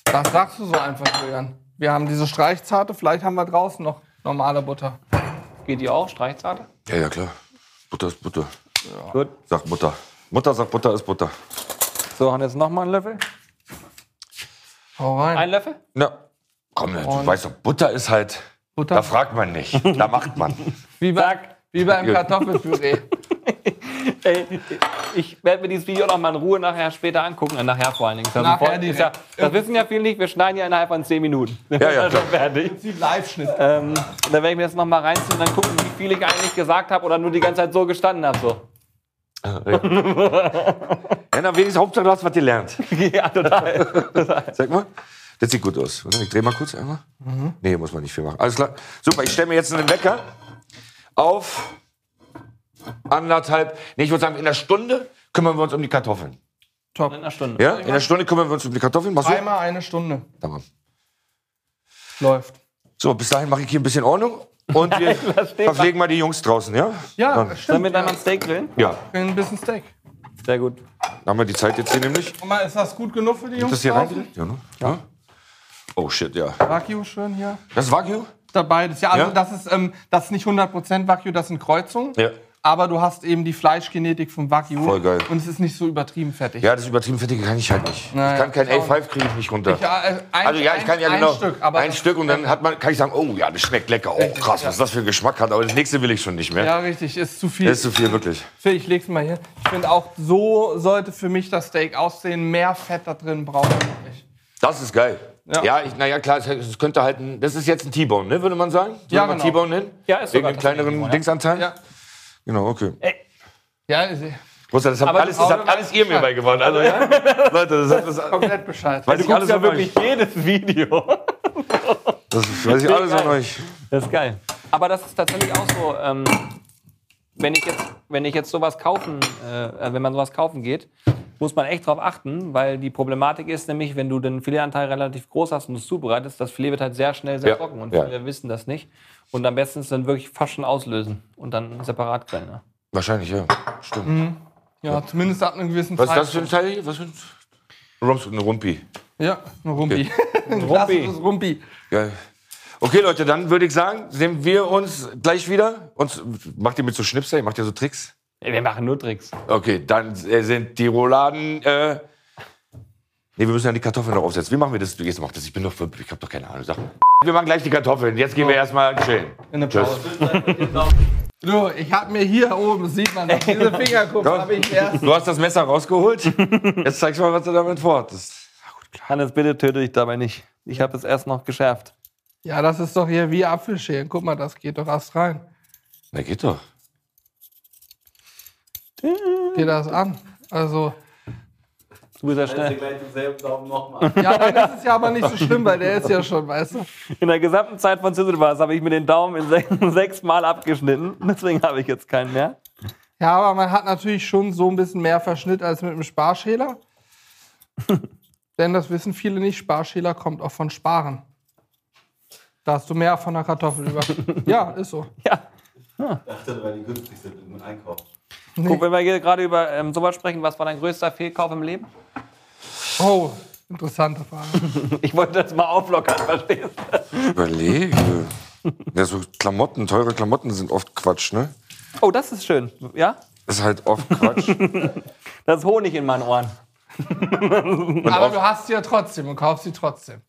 Speaker 2: Was sagst du so einfach, Julian? Wir haben diese streichzarte, vielleicht haben wir draußen noch normale Butter.
Speaker 5: Geht die auch? Streichzarte?
Speaker 1: Ja, ja, klar. Butter ist Butter.
Speaker 5: Gut.
Speaker 1: Sagt Mutter. Mutter sagt, Butter ist Butter.
Speaker 5: So, und jetzt nochmal einen Löffel.
Speaker 2: Hau rein.
Speaker 5: Ein Löffel?
Speaker 1: Na, komm, du weißt doch, Butter ist halt.
Speaker 2: Butter.
Speaker 1: Da fragt man nicht. Da macht man.
Speaker 2: Wie, bei, wie beim Kartoffelpüree.
Speaker 5: Ey, ich werde mir dieses Video noch mal in Ruhe nachher später angucken. Äh, Nachher vor allen Dingen. Ist ja
Speaker 2: Nachher
Speaker 5: sofort- ist ja,
Speaker 2: direkt.
Speaker 5: das wissen ja viele nicht. Wir schneiden ja innerhalb von 10 Minuten. Also
Speaker 1: Ja, ja, klar.
Speaker 5: fertig.
Speaker 2: Sie Live-Schnitt.
Speaker 1: Also-
Speaker 5: Ähm, dann werde ich mir das noch mal reinziehen und dann gucken, wie viel ich eigentlich gesagt habe oder nur die ganze Zeit so gestanden habe. So.
Speaker 1: Ja, na, wenigstens Hauptsache, du hast was gelernt.
Speaker 5: ja, total.
Speaker 1: Sag mal. Das sieht gut aus. Warte, Ich dreh mal kurz einmal. Nee, muss man nicht viel machen. Alles klar. Super, ich stelle mir jetzt einen Wecker auf anderthalb. Nee, ich würde sagen, in einer Stunde kümmern wir uns um die Kartoffeln.
Speaker 5: In einer Stunde.
Speaker 1: Ja? In einer Stunde kümmern wir uns um die Kartoffeln. Machst du?
Speaker 2: Einmal eine Stunde.
Speaker 1: Tamam.
Speaker 2: Läuft.
Speaker 1: So, bis dahin mache ich hier ein bisschen Ordnung. Und wir
Speaker 5: stehen.
Speaker 1: verpflegen mal die Jungs draußen, ja?
Speaker 2: Ja,
Speaker 1: Dann-
Speaker 5: Sollen
Speaker 2: stimmt.
Speaker 5: wir dann
Speaker 2: ja.
Speaker 5: mal ein Steak grillen?
Speaker 1: Ja.
Speaker 2: Ein bisschen Steak.
Speaker 5: Sehr gut.
Speaker 1: Haben wir die Zeit jetzt hier nämlich?
Speaker 2: Guck mal, ist das gut genug für die Jungs?
Speaker 1: Ist das hier
Speaker 2: draußen?
Speaker 1: rein? Ja, ne? ja. Oh shit, ja.
Speaker 2: Wagyu schön hier.
Speaker 1: Das Wagyu?
Speaker 2: Da beides. Ja, also
Speaker 1: Ja?
Speaker 2: das ist ähm, das ist nicht 100% Wagyu, das sind Kreuzungen.
Speaker 1: Ja.
Speaker 2: Aber du hast eben die Fleischgenetik vom Wagyu.
Speaker 1: Voll geil.
Speaker 2: Und es ist nicht so übertrieben fettig.
Speaker 1: Ja, das übertrieben fettige kann ich halt nicht.
Speaker 2: Naja,
Speaker 1: ich kann kein
Speaker 2: schau.
Speaker 1: A5 kriege ich nicht runter.
Speaker 2: Ja, äh, ein,
Speaker 1: also ja, ich kann ja
Speaker 2: ein,
Speaker 1: genau
Speaker 2: ein Stück, aber
Speaker 1: ein
Speaker 2: das-
Speaker 1: Stück und dann hat man, kann ich sagen, oh ja, das schmeckt lecker. Oh
Speaker 2: Richtig,
Speaker 1: krass,
Speaker 2: ja.
Speaker 1: was das für ein Geschmack hat. Aber das nächste will ich schon nicht mehr.
Speaker 2: Ja, richtig, ist zu viel.
Speaker 1: Das ist zu viel, wirklich.
Speaker 2: Phil, ich leg's mal hier. Ich finde auch, so sollte für mich das Steak aussehen. Mehr Fett da drin braucht man nicht.
Speaker 1: Das ist geil.
Speaker 2: Ja.
Speaker 1: Ja, ich, naja, klar, es- es könnte halt ein, das ist jetzt ein T-Bone, ne, würde man sagen? Soll
Speaker 2: Ja,
Speaker 1: man
Speaker 2: genau.
Speaker 1: T-Bone nennen?
Speaker 5: Ja, ist
Speaker 1: Wegen
Speaker 5: sogar
Speaker 1: dem kleineren Dingsanteil?
Speaker 2: Ja.
Speaker 1: Genau, okay.
Speaker 2: Ja, ist-
Speaker 1: Großer, das habt
Speaker 5: Aber
Speaker 1: alles,
Speaker 5: das
Speaker 1: das habt alles ihr mir beigebracht. Also, ja? Leute, das, hat- das, das,
Speaker 2: komplett Bescheid.
Speaker 1: weiß ich
Speaker 5: Du guckst
Speaker 1: alles
Speaker 5: ja
Speaker 1: von euch.
Speaker 5: wirklich jedes Video.
Speaker 1: Das weiß ich alles von
Speaker 5: Geil.
Speaker 1: euch.
Speaker 5: Das ist geil. Aber das ist tatsächlich auch so, ähm, wenn ich jetzt, wenn ich jetzt sowas kaufen, äh, wenn man sowas kaufen geht, muss man echt drauf achten, weil die Problematik ist nämlich, wenn du den Filetanteil relativ groß hast und es zubereitest, das Filet wird halt sehr schnell sehr
Speaker 1: Ja,
Speaker 5: trocken und
Speaker 1: ja.
Speaker 5: viele wissen das nicht. Und am besten ist dann wirklich fast schon auslösen und dann separat grillen. Ne?
Speaker 1: Wahrscheinlich, ja. Stimmt.
Speaker 2: Mhm. Ja, zumindest ab einem gewissen
Speaker 1: Was ist das für ein Teil? hier? Was für ein Rumps und ein Rumpi.
Speaker 2: Ja, ein Rumpi.
Speaker 1: Okay.
Speaker 2: Ein klassisches Rumpi.
Speaker 1: Geil. Okay, Leute, dann würde ich sagen, sehen wir uns gleich wieder. Und macht ihr mit so Schnipsel? Ihr Macht ihr so Tricks?
Speaker 5: Wir machen nur Tricks.
Speaker 1: Okay, dann äh, sind die Rouladen. Äh, nee, wir müssen ja die Kartoffeln noch aufsetzen. Wie machen wir das? Du gehst mach das. Ich bin doch, ich habe doch keine Ahnung. Sag mal. Wir machen gleich die Kartoffeln. Jetzt gehen wir erstmal chillen.
Speaker 2: Oh. In der Pause. So, ich habe mir hier oben, sieht man, noch diese Fingerkuppen habe ich erst.
Speaker 1: Du hast das Messer rausgeholt. Jetzt zeigst du mal, was du damit vorhattest.
Speaker 5: Hannes, bitte töte dich dabei nicht. Ich habe es erst noch geschärft.
Speaker 2: Ja, das ist doch hier wie Apfelschälen. Guck mal, das geht doch erst rein.
Speaker 1: Na geht doch.
Speaker 2: Geh das an. Also,
Speaker 5: Du bist ja
Speaker 4: Dann ist
Speaker 5: schnell.
Speaker 4: gleich denselben Daumen nochmal.
Speaker 2: ja, dann ist es ja aber nicht so schlimm, weil der ist ja schon, weißt du.
Speaker 5: In der gesamten Zeit von Sizzle Wars habe ich mir den Daumen in sech- sechs Mal abgeschnitten. Deswegen habe ich jetzt keinen mehr.
Speaker 2: Ja, aber man hat natürlich schon so ein bisschen mehr Verschnitt als mit dem Sparschäler. Denn das wissen viele nicht, Sparschäler kommt auch von Sparen. Da hast du mehr von der Kartoffel über. Ja, ist so.
Speaker 5: Ja.
Speaker 4: Ich dachte, weil die günstig sind im Einkauf.
Speaker 5: Guck, wenn wir hier gerade über ähm, sowas sprechen, was war dein größter Fehlkauf im Leben?
Speaker 2: Oh, interessante Frage.
Speaker 5: Ich wollte das mal auflockern, verstehst du?
Speaker 1: Überlege. Ja, so Klamotten, teure Klamotten sind oft Quatsch, ne?
Speaker 5: Oh, das ist schön. Ja?
Speaker 1: Ist halt oft Quatsch.
Speaker 5: Das ist Honig in meinen Ohren.
Speaker 2: Aber du hast sie ja trotzdem und kaufst sie trotzdem.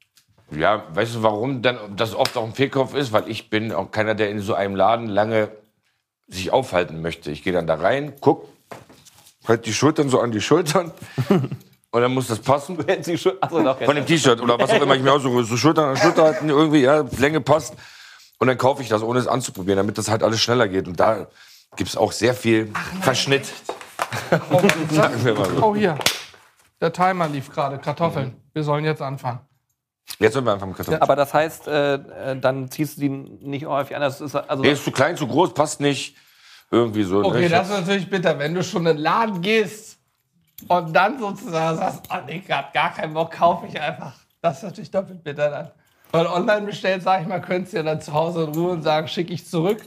Speaker 1: Ja, weißt du, warum dann das oft auch ein Fehlkopf ist? Weil ich bin auch keiner, der in so einem Laden lange sich aufhalten möchte. Ich gehe dann da rein, guck, halt die Schultern so an die Schultern und dann muss das passen.
Speaker 5: Jetzt die Schu- Achso, doch,
Speaker 1: Von
Speaker 5: jetzt.
Speaker 1: dem T-Shirt oder was auch immer ich mir aussuche, so Schultern an Schulter halten, irgendwie, ja, Länge passt. Und dann kaufe ich das, ohne es anzuprobieren, damit das halt alles schneller geht. Und da gibt es auch sehr viel Verschnitt.
Speaker 2: Oh,
Speaker 1: Sagen wir mal so.
Speaker 2: oh hier. Der Timer lief gerade. Kartoffeln.
Speaker 1: Mhm.
Speaker 2: Wir sollen jetzt anfangen.
Speaker 1: Jetzt sollen wir einfach mit Kartoffeln.
Speaker 5: Aber das heißt, äh, äh, dann ziehst du die nicht häufig an. Das ist also
Speaker 1: Der ist zu klein, zu groß, passt nicht. Irgendwie so. ne?
Speaker 2: Okay,
Speaker 1: Ich-
Speaker 2: das ist natürlich bitter, wenn du schon in den Laden gehst und dann sozusagen sagst, oh nee, grad gar keinen Bock, kaufe ich einfach. Das ist natürlich doppelt bitter dann. Weil online bestellt, sag ich mal, könntest du ja dann zu Hause in Ruhe und sagen, schicke ich zurück.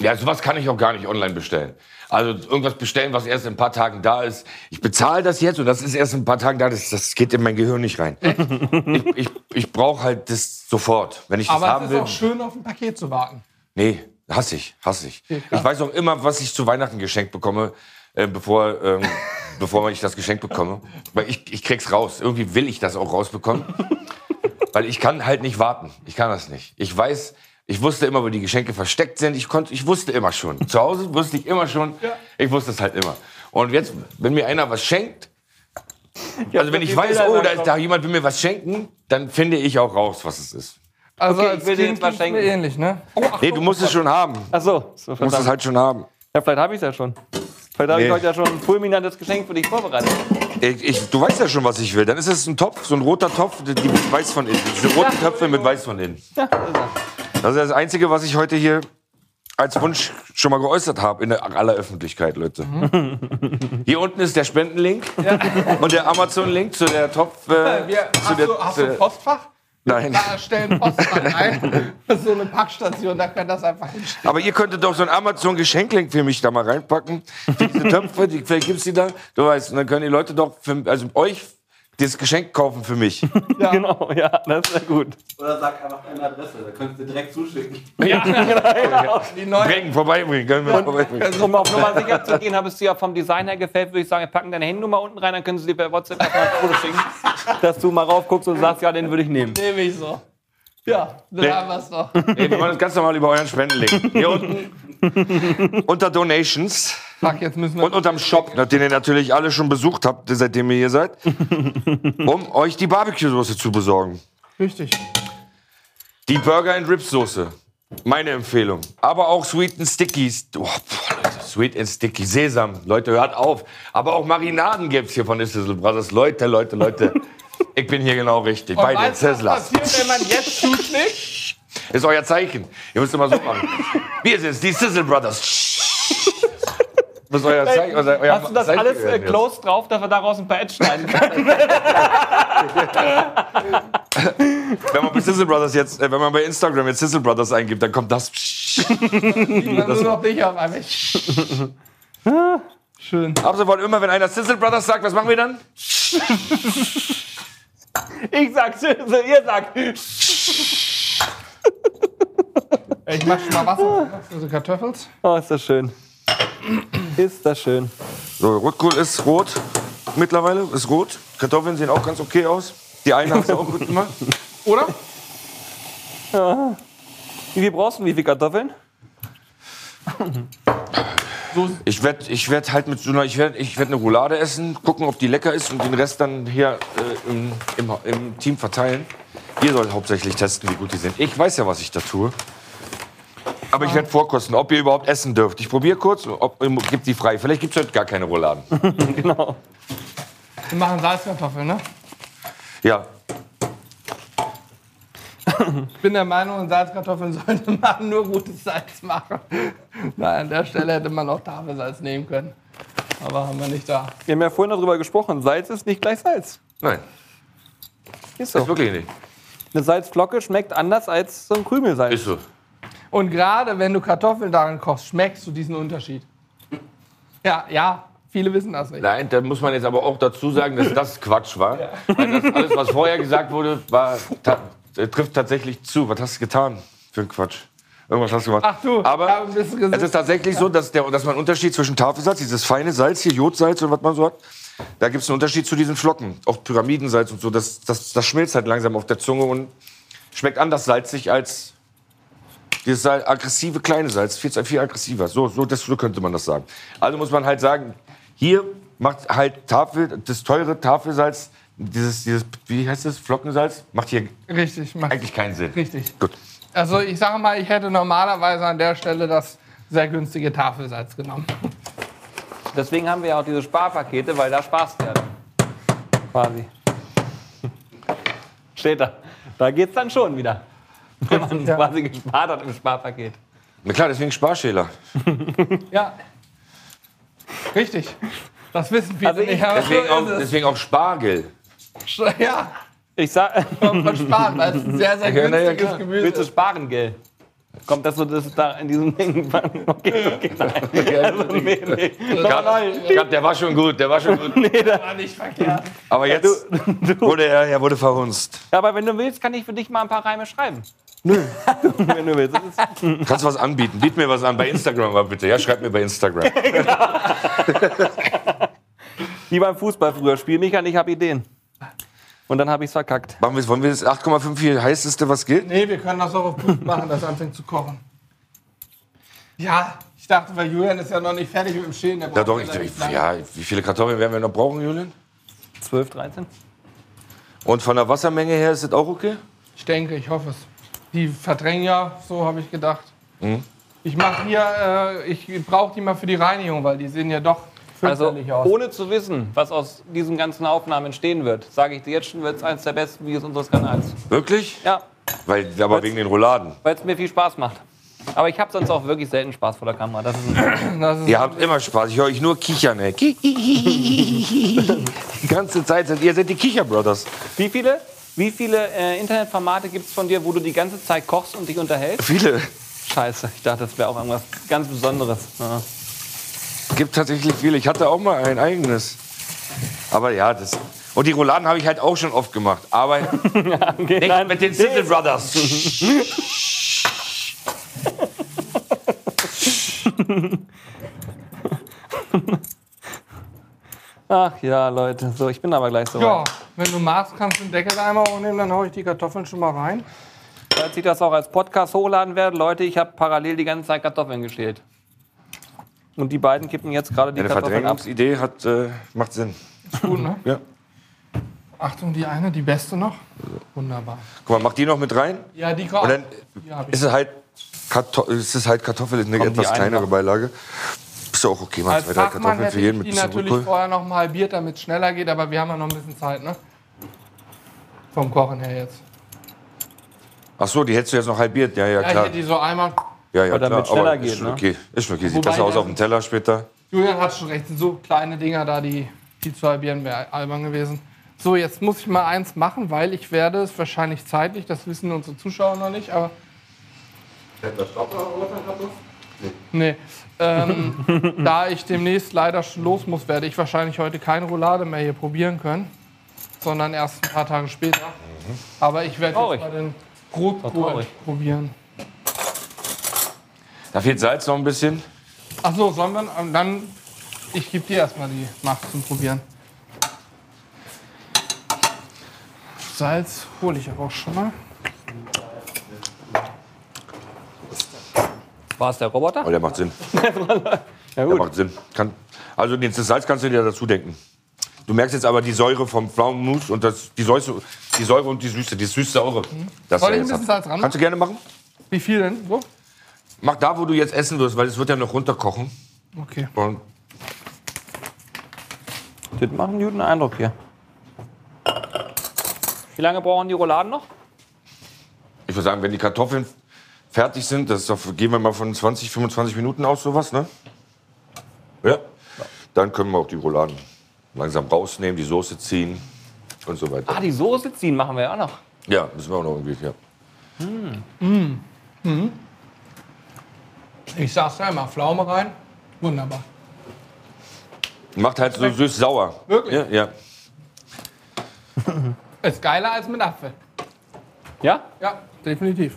Speaker 1: Ja, sowas kann ich auch gar nicht online bestellen. Also irgendwas bestellen, was erst in ein paar Tagen da ist. Ich bezahle das jetzt und das ist erst in ein paar Tagen da. Das, das geht in mein Gehirn nicht rein. ich ich, ich brauche halt das sofort, wenn ich das
Speaker 2: Aber
Speaker 1: haben
Speaker 2: es ist
Speaker 1: will.
Speaker 2: auch schön, auf ein Paket zu warten.
Speaker 1: Nee, hasse ich, hasse ich.
Speaker 2: Okay, klar.
Speaker 1: ich weiß auch immer, was ich zu Weihnachten geschenkt bekomme, äh, bevor, ähm, bevor ich das Geschenk bekomme. Weil ich, ich krieg's raus. Irgendwie will ich das auch rausbekommen. Weil ich kann halt nicht warten. Ich kann das nicht. Ich weiß, ich wusste immer, wo die Geschenke versteckt sind. Ich, konnte, ich wusste immer schon. Zu Hause wusste ich immer schon. Ich wusste es halt immer. Und jetzt, wenn mir einer was schenkt, also wenn ich weiß, oh, da, ist, da jemand will mir was schenken, dann finde ich auch raus, was es ist.
Speaker 2: Also
Speaker 5: Okay, ich
Speaker 2: als
Speaker 5: will dir
Speaker 2: Kind
Speaker 5: jetzt was
Speaker 2: ging's mir
Speaker 5: schenken.
Speaker 2: ähnlich, ne?
Speaker 1: Nee, du musst es schon haben.
Speaker 5: Ach so, so
Speaker 1: Du musst es
Speaker 5: verdammt.
Speaker 1: halt schon haben.
Speaker 5: ja, vielleicht habe ich es ja schon. Vielleicht habe
Speaker 1: Nee.
Speaker 5: ich heute ja schon ein fulminantes Geschenk für dich vorbereitet.
Speaker 1: Ich, ich, du weißt ja schon, was ich will. Dann ist es ein Topf, so ein roter Topf, die die mit weiß von innen. Diese roten Töpfe mit weiß von innen. Das ist das Einzige, was ich heute hier als Wunsch schon mal geäußert habe in der- aller Öffentlichkeit, Leute.
Speaker 2: Mhm.
Speaker 1: Hier unten ist der Spendenlink und der Amazon-Link zu der Topf. Äh,
Speaker 2: Wir,
Speaker 1: zu
Speaker 2: hast,
Speaker 1: der,
Speaker 2: du, hast
Speaker 1: zu
Speaker 2: du
Speaker 1: der,
Speaker 2: ein Postfach?
Speaker 1: nein.
Speaker 2: Da stellen Postfach ein. Das ist so eine Packstation, da kann das einfach hinstellen.
Speaker 1: Aber ihr könntet doch so einen Amazon-Geschenklink für mich da mal reinpacken. Für diese Töpfe, die, vielleicht gibt's die da. Du weißt, und dann können die Leute doch, für, also euch, das Geschenk kaufen für mich.
Speaker 5: Genau, ja, das ist ja gut.
Speaker 4: Oder sag einfach deine Adresse, da könntest du direkt zuschicken.
Speaker 2: Die neuen
Speaker 1: Bringen, vorbeibringen, können wir vorbeibringen.
Speaker 5: Um auf Nummer sicher zu gehen, habe es dir ja vom Design her gefällt, würde ich sagen, wir packen deine Handynummer unten rein, dann können sie dir per WhatsApp erstmal ein Foto schicken, dass du mal raufguckst und sagst, ja, den würde ich nehmen.
Speaker 2: nehme ich so. Ja, dann haben wir es doch.
Speaker 1: Nee, wir wollen das ganz normal über euren Spendenlink. Hier unten. unter Donations
Speaker 2: Fuck, jetzt müssen wir.
Speaker 1: und unterm Shop, den ihr natürlich alle schon besucht habt, seitdem ihr hier seid, um euch die Barbecue-Soße zu besorgen.
Speaker 2: Richtig.
Speaker 1: Die Burger and Ribs Soße. Meine Empfehlung. Aber auch Sweet and Sticky. Oh, boah, Leute, Sweet and Sticky. Sesam. Leute, hört auf. Aber auch Marinaden gibt's hier von The Sizzle Brothers. Leute, Leute, Leute. Ich bin hier genau richtig. Bei den
Speaker 2: Weißt du,
Speaker 1: Sizzlers.
Speaker 2: Was passiert, wenn man jetzt zuschlägt?
Speaker 1: Ist euer Zeichen. Ihr müsst immer so machen. Wir sind's, die Sizzle Brothers. Das ist euer Zeichen. Euer, euer
Speaker 5: Hast du das
Speaker 1: Zeichen
Speaker 5: alles äh,
Speaker 1: gewesen jetzt.
Speaker 5: close drauf, dass wir daraus ein paar Ads schneiden können?
Speaker 1: Wenn man bei Sizzle Brothers jetzt, äh, wenn man bei Instagram jetzt Sizzle Brothers eingibt, dann kommt das.
Speaker 2: Dann nur noch dich auf einmal. Schön.
Speaker 1: Ab sofort immer, wenn einer Sizzle Brothers sagt, was machen wir dann?
Speaker 5: Ich sag Süße, ihr sagt.
Speaker 2: Ich mach schon mal Wasser. Also Kartoffels.
Speaker 5: Oh, ist das schön. Ist das schön.
Speaker 1: So, Rotkohl ist rot. Mittlerweile ist rot. Kartoffeln sehen auch ganz okay aus. Die einen haben es auch gut gemacht.
Speaker 2: Oder?
Speaker 5: Wie viel brauchst du? Wie viel Kartoffeln?
Speaker 1: Ich werde ich werd halt mit so einer, ich werde ich werd eine Roulade essen, gucken, ob die lecker ist und den Rest dann hier äh, im, im, im Team verteilen. Ihr sollt hauptsächlich testen, wie gut die sind. Ich weiß ja, was ich da tue. Aber ich werde vorkosten, ob ihr überhaupt essen dürft. Ich probiere kurz, ob ähm, gibt die frei. Vielleicht gibt es heute gar keine Rouladen.
Speaker 5: Genau.
Speaker 2: Wir machen Salzkartoffeln, ne?
Speaker 1: Ja,
Speaker 2: Ich bin der Meinung, Salzkartoffeln sollte man nur gutes Salz machen. Nein, an der Stelle hätte man auch Tafelsalz nehmen können. Aber haben wir nicht da.
Speaker 5: Wir haben ja vorhin darüber gesprochen. Salz ist nicht gleich Salz.
Speaker 1: nein,
Speaker 5: Ist
Speaker 1: ist
Speaker 5: so.
Speaker 1: wirklich nicht.
Speaker 5: Eine Salzflocke schmeckt anders als so ein Krümelsalz.
Speaker 1: Ist so.
Speaker 2: Und gerade wenn du Kartoffeln darin kochst, schmeckst du diesen Unterschied. Ja, ja, viele wissen das nicht.
Speaker 1: Nein, da muss man jetzt aber auch dazu sagen, dass das Quatsch war. Weil das alles, was vorher gesagt wurde, war, ta äh, trifft tatsächlich zu. Was hast du getan für ein Quatsch? Irgendwas hast du gemacht.
Speaker 2: Ach du, ja,
Speaker 1: aber
Speaker 2: ein bisschen gesehen.
Speaker 1: es ist tatsächlich so, dass, der, dass man einen Unterschied zwischen Tafelsalz, dieses feine Salz hier, Jodsalz und was man so hat, da gibt es einen Unterschied zu diesen Flocken. Auch Pyramidensalz und so, das, das, das schmilzt halt langsam auf der Zunge und schmeckt anders salzig als dieses Sal- aggressive kleine Salz, viel, viel aggressiver. So, so, das, so könnte man das sagen. Also muss man halt sagen, hier macht halt Tafel, das teure Tafelsalz, dieses, dieses wie heißt das, Flockensalz, macht hier
Speaker 2: Richtig, macht
Speaker 1: eigentlich keinen Sinn.
Speaker 2: richtig.
Speaker 1: Gut.
Speaker 2: Also ich sage mal, ich hätte normalerweise an der Stelle das sehr günstige Tafelsalz genommen.
Speaker 5: Deswegen haben wir ja auch diese Sparpakete, weil da sparst du ja dann. Quasi. Steht da. Da geht's dann schon wieder. Wenn man quasi gespart hat im Sparpaket.
Speaker 1: Na klar, deswegen Sparschäler.
Speaker 2: Ja, richtig. Das wissen viele
Speaker 5: Also ich-
Speaker 2: nicht. aber so
Speaker 1: Deswegen auch,
Speaker 2: ist es.
Speaker 1: deswegen auch Spargel.
Speaker 2: Ja,
Speaker 5: Ich sag,
Speaker 2: man spart, weil es ein sehr, sehr
Speaker 1: Ja, na ja,
Speaker 2: günstiges
Speaker 1: klar.
Speaker 2: Gemüse
Speaker 5: willst du
Speaker 2: ist.
Speaker 5: sparen, gell? Kommt das so, dass da in diesem Ding. Okay, okay, nein. Also, nee, nee. Nochmal neu.
Speaker 1: Gott, der war schon gut, der war schon gut.
Speaker 2: War nicht verkehrt.
Speaker 1: Aber jetzt wurde er, er wurde verhunzt.
Speaker 5: Ja, Aber wenn du willst, kann ich für dich mal ein paar Reime schreiben. Nö. wenn du willst. Das ist,
Speaker 1: Kannst du was anbieten? Biet mir was an bei Instagram mal bitte. Ja, schreib mir bei Instagram.
Speaker 5: wie beim Fußball früher. Spiel mich an, ich hab Ideen. Und dann hab ich's verkackt.
Speaker 1: Machen wir, wollen wir das 8,5 hier heißeste, was gilt?
Speaker 2: Nee, wir können das auch auf Punkt machen, das anfängt zu kochen. Ja, ich dachte, weil Julian ist ja noch nicht fertig mit dem Schälen. Der
Speaker 1: Ja,
Speaker 2: braucht
Speaker 1: doch, ich,
Speaker 2: nicht
Speaker 1: ich,
Speaker 2: lange.
Speaker 1: ja, wie viele Kartoffeln werden wir noch brauchen, Julian?
Speaker 5: 12, 13?
Speaker 1: Und von der Wassermenge her ist das auch okay?
Speaker 2: Ich denke, ich hoffe es. Die verdrängen ja, so habe ich gedacht.
Speaker 1: Mhm.
Speaker 2: Ich mache hier, äh, ich brauche die mal für die Reinigung, weil die sehen ja doch
Speaker 5: Also,
Speaker 2: fürchterlich aus.
Speaker 5: ohne zu wissen, was aus diesen ganzen Aufnahmen entstehen wird, sage ich dir jetzt schon, wird es eines der besten Videos unseres Kanals.
Speaker 1: Wirklich?
Speaker 5: Ja,
Speaker 1: Weil, aber wegen den Rouladen.
Speaker 5: weil es mir viel Spaß macht. Aber ich habe sonst auch wirklich selten Spaß vor der Kamera. Das ist
Speaker 2: Das ist
Speaker 1: Ihr habt immer Spaß. Ich höre euch nur kichern, ey. Ki- hi- hi- hi- hi- hi- hi. Die ganze Zeit seid ihr seid die Kicher-Brothers.
Speaker 5: wie viele, wie viele äh, Internetformate gibt es von dir, wo du die ganze Zeit kochst und dich unterhältst?
Speaker 1: Viele.
Speaker 5: Scheiße, ich dachte, das wäre auch irgendwas ganz Besonderes. Ja.
Speaker 1: Gibt tatsächlich viele. Ich hatte auch mal ein eigenes. Aber ja, das. Und die Rouladen habe ich halt auch schon oft gemacht. Aber nicht mit den Sizzle Brothers.
Speaker 5: Ach ja, Leute. So, ich bin aber gleich so
Speaker 2: ja,
Speaker 5: weit.
Speaker 2: wenn du magst, kannst du den Deckel einmal hochnehmen, dann haue ich die Kartoffeln schon mal rein.
Speaker 5: Falls ich das auch als Podcast hochladen werde, Leute, ich habe parallel die ganze Zeit Kartoffeln geschält. Und die beiden kippen jetzt gerade die
Speaker 1: Eine
Speaker 5: Kartoffeln ab.
Speaker 1: Verdrängungsidee hat, äh, macht Sinn.
Speaker 2: Ist gut, ne?
Speaker 1: Ja.
Speaker 2: Achtung, die eine, die beste noch. Wunderbar.
Speaker 1: Guck mal, mach die noch mit rein.
Speaker 2: Ja, die kommt.
Speaker 1: Und dann
Speaker 2: Die hab ich.
Speaker 1: ist es halt, Karto es ist halt Kartoffel, ist eine
Speaker 5: Kommen die
Speaker 1: etwas kleinere
Speaker 5: einfach.
Speaker 1: Beilage. Ist ja auch okay, mal
Speaker 2: Als
Speaker 1: zwei, drei
Speaker 2: Fachmann
Speaker 1: Kartoffeln
Speaker 2: hätte
Speaker 1: für jeden
Speaker 2: ich
Speaker 1: mit
Speaker 2: die
Speaker 1: bisschen
Speaker 2: natürlich
Speaker 1: Rotkohl.
Speaker 2: vorher noch mal halbiert, damit es schneller geht, aber wir haben ja noch ein bisschen Zeit, ne? Vom Kochen her jetzt.
Speaker 1: Ach so, die hättest du jetzt noch halbiert. Ja, ja,
Speaker 2: Ja, ich
Speaker 1: klar.
Speaker 2: hätte die so einmal.
Speaker 1: Ja, ja,
Speaker 5: Oder
Speaker 1: klar.
Speaker 5: damit schneller
Speaker 1: Aber ist
Speaker 5: geht,
Speaker 1: schon
Speaker 5: ne?
Speaker 1: okay. Ist schon okay. Sieht
Speaker 2: Wobei
Speaker 1: besser aus
Speaker 2: dann-
Speaker 1: auf dem Teller später.
Speaker 2: Julian hat schon recht, sind so kleine Dinger da, die, die zu halbieren wäre albern gewesen. So, jetzt muss ich mal eins machen, weil ich werde es wahrscheinlich zeitlich, das wissen unsere Zuschauer noch nicht, aber. Nee. Ähm, da ich demnächst leider schon los muss, werde ich wahrscheinlich heute keine Roulade mehr hier probieren können, sondern erst ein paar Tage später. Aber ich werde jetzt
Speaker 5: Mhm. Traurig.
Speaker 2: mal den
Speaker 5: Doch
Speaker 2: Rotkohl
Speaker 5: traurig.
Speaker 2: probieren.
Speaker 1: Da fehlt Salz noch ein bisschen.
Speaker 2: Achso, sollen wir und dann. Ich gebe dir erstmal die Macht zum Probieren. Salz hole ich auch schon mal.
Speaker 5: War es der Roboter?
Speaker 1: Oh, der macht Sinn.
Speaker 5: Ja,
Speaker 1: Der macht Sinn. Kann, also den- das Salz kannst du dir dazu denken. Du merkst jetzt aber die Säure vom Pflaumenmus und das, die, Säure, die Säure und die Süße, die süß-saure. das
Speaker 2: Soll
Speaker 1: wir
Speaker 2: ich Mhm. ein
Speaker 1: jetzt
Speaker 2: bisschen
Speaker 1: haben.
Speaker 2: Salz ran
Speaker 1: Kannst du gerne machen?
Speaker 2: Wie viel denn? So?
Speaker 1: Mach da, wo du jetzt essen wirst, weil es wird ja noch runterkochen.
Speaker 2: Okay.
Speaker 1: Und
Speaker 5: Das macht einen guten Eindruck hier. Wie lange brauchen die Rouladen noch?
Speaker 1: ich würde sagen, wenn die Kartoffeln fertig sind, das ist doch, gehen wir mal von 20, 25 Minuten aus, sowas, ne? Ja. Dann können wir auch die Rouladen langsam rausnehmen, die Soße ziehen und so weiter.
Speaker 5: Ah, die Soße ziehen machen wir ja auch noch.
Speaker 1: Ja, müssen wir auch noch irgendwie, ja.
Speaker 2: Ich sag's ja immer, Pflaume rein. Wunderbar.
Speaker 1: Macht halt so süß-sauer.
Speaker 2: Wirklich?
Speaker 1: Ja, ja.
Speaker 2: Ist geiler als mit Apfel.
Speaker 5: Ja?
Speaker 2: Ja, definitiv.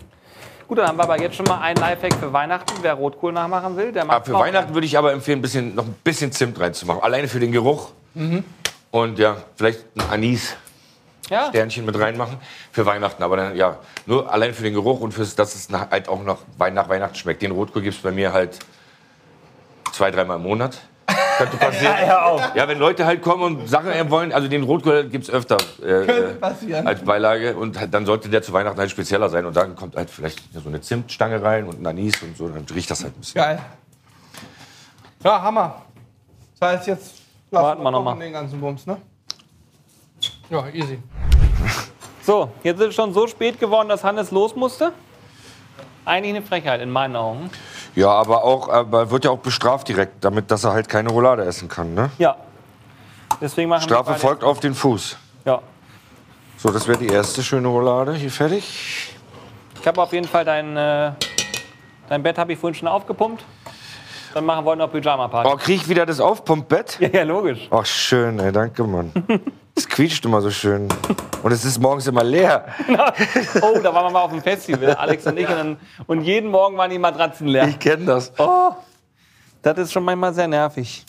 Speaker 5: Gut, dann haben wir aber jetzt schon mal einen Lifehack für Weihnachten. Wer Rotkohl nachmachen will, der macht
Speaker 1: Ah, für Weihnachten würde ich aber empfehlen, ein bisschen, noch ein bisschen Zimt reinzumachen. Alleine für den Geruch. Und ja, vielleicht ein Anis-Sternchen
Speaker 5: Ja,
Speaker 1: mit reinmachen. Für Weihnachten, aber dann, ja, nur allein für den Geruch und fürs, dass es nach, halt auch noch Wei- nach Weihnachten schmeckt. Den Rotkohl gibt es bei mir halt zwei, dreimal im Monat. Könnte passieren. ja, wenn Leute halt kommen und Sachen wollen, also den Rotkohl gibt es öfter äh, äh,
Speaker 2: passieren.
Speaker 1: als Beilage und halt, dann sollte der zu Weihnachten halt spezieller sein und dann kommt halt vielleicht so eine Zimtstange rein und ein Anis und so, dann riecht das halt ein bisschen.
Speaker 2: Geil. Ja, Hammer. Das heißt, jetzt lassen
Speaker 5: Warten wir noch
Speaker 2: kochen
Speaker 5: mal.
Speaker 2: den ganzen Bums, ne? Ja, easy.
Speaker 5: so, jetzt ist es schon so spät geworden, dass Hannes los musste. Eigentlich eine Frechheit in meinen Augen.
Speaker 1: Ja, aber auch, aber wird ja auch bestraft direkt, damit, dass er halt keine Roulade essen kann. Ne?
Speaker 5: Ja. Deswegen machen
Speaker 1: Strafe
Speaker 5: wir beide-
Speaker 1: folgt auf den Fuß.
Speaker 5: Ja.
Speaker 1: So, das wäre die erste schöne Roulade. Hier fertig.
Speaker 5: Ich habe auf jeden Fall dein, äh, dein Bett habe ich vorhin schon aufgepumpt. Dann machen wir noch Pyjama-Party.
Speaker 1: Oh, krieg ich wieder das Aufpumpbett?
Speaker 5: Ja, ja, logisch.
Speaker 1: Ach, schön, ey, danke, Mann. Es quietscht immer so schön. Und es ist morgens immer leer.
Speaker 5: Oh, da waren wir mal auf dem Festival, Alex und ich. Und, dann, und jeden Morgen waren die Matratzen leer.
Speaker 1: Ich kenne das.
Speaker 5: Oh, das ist schon manchmal sehr nervig.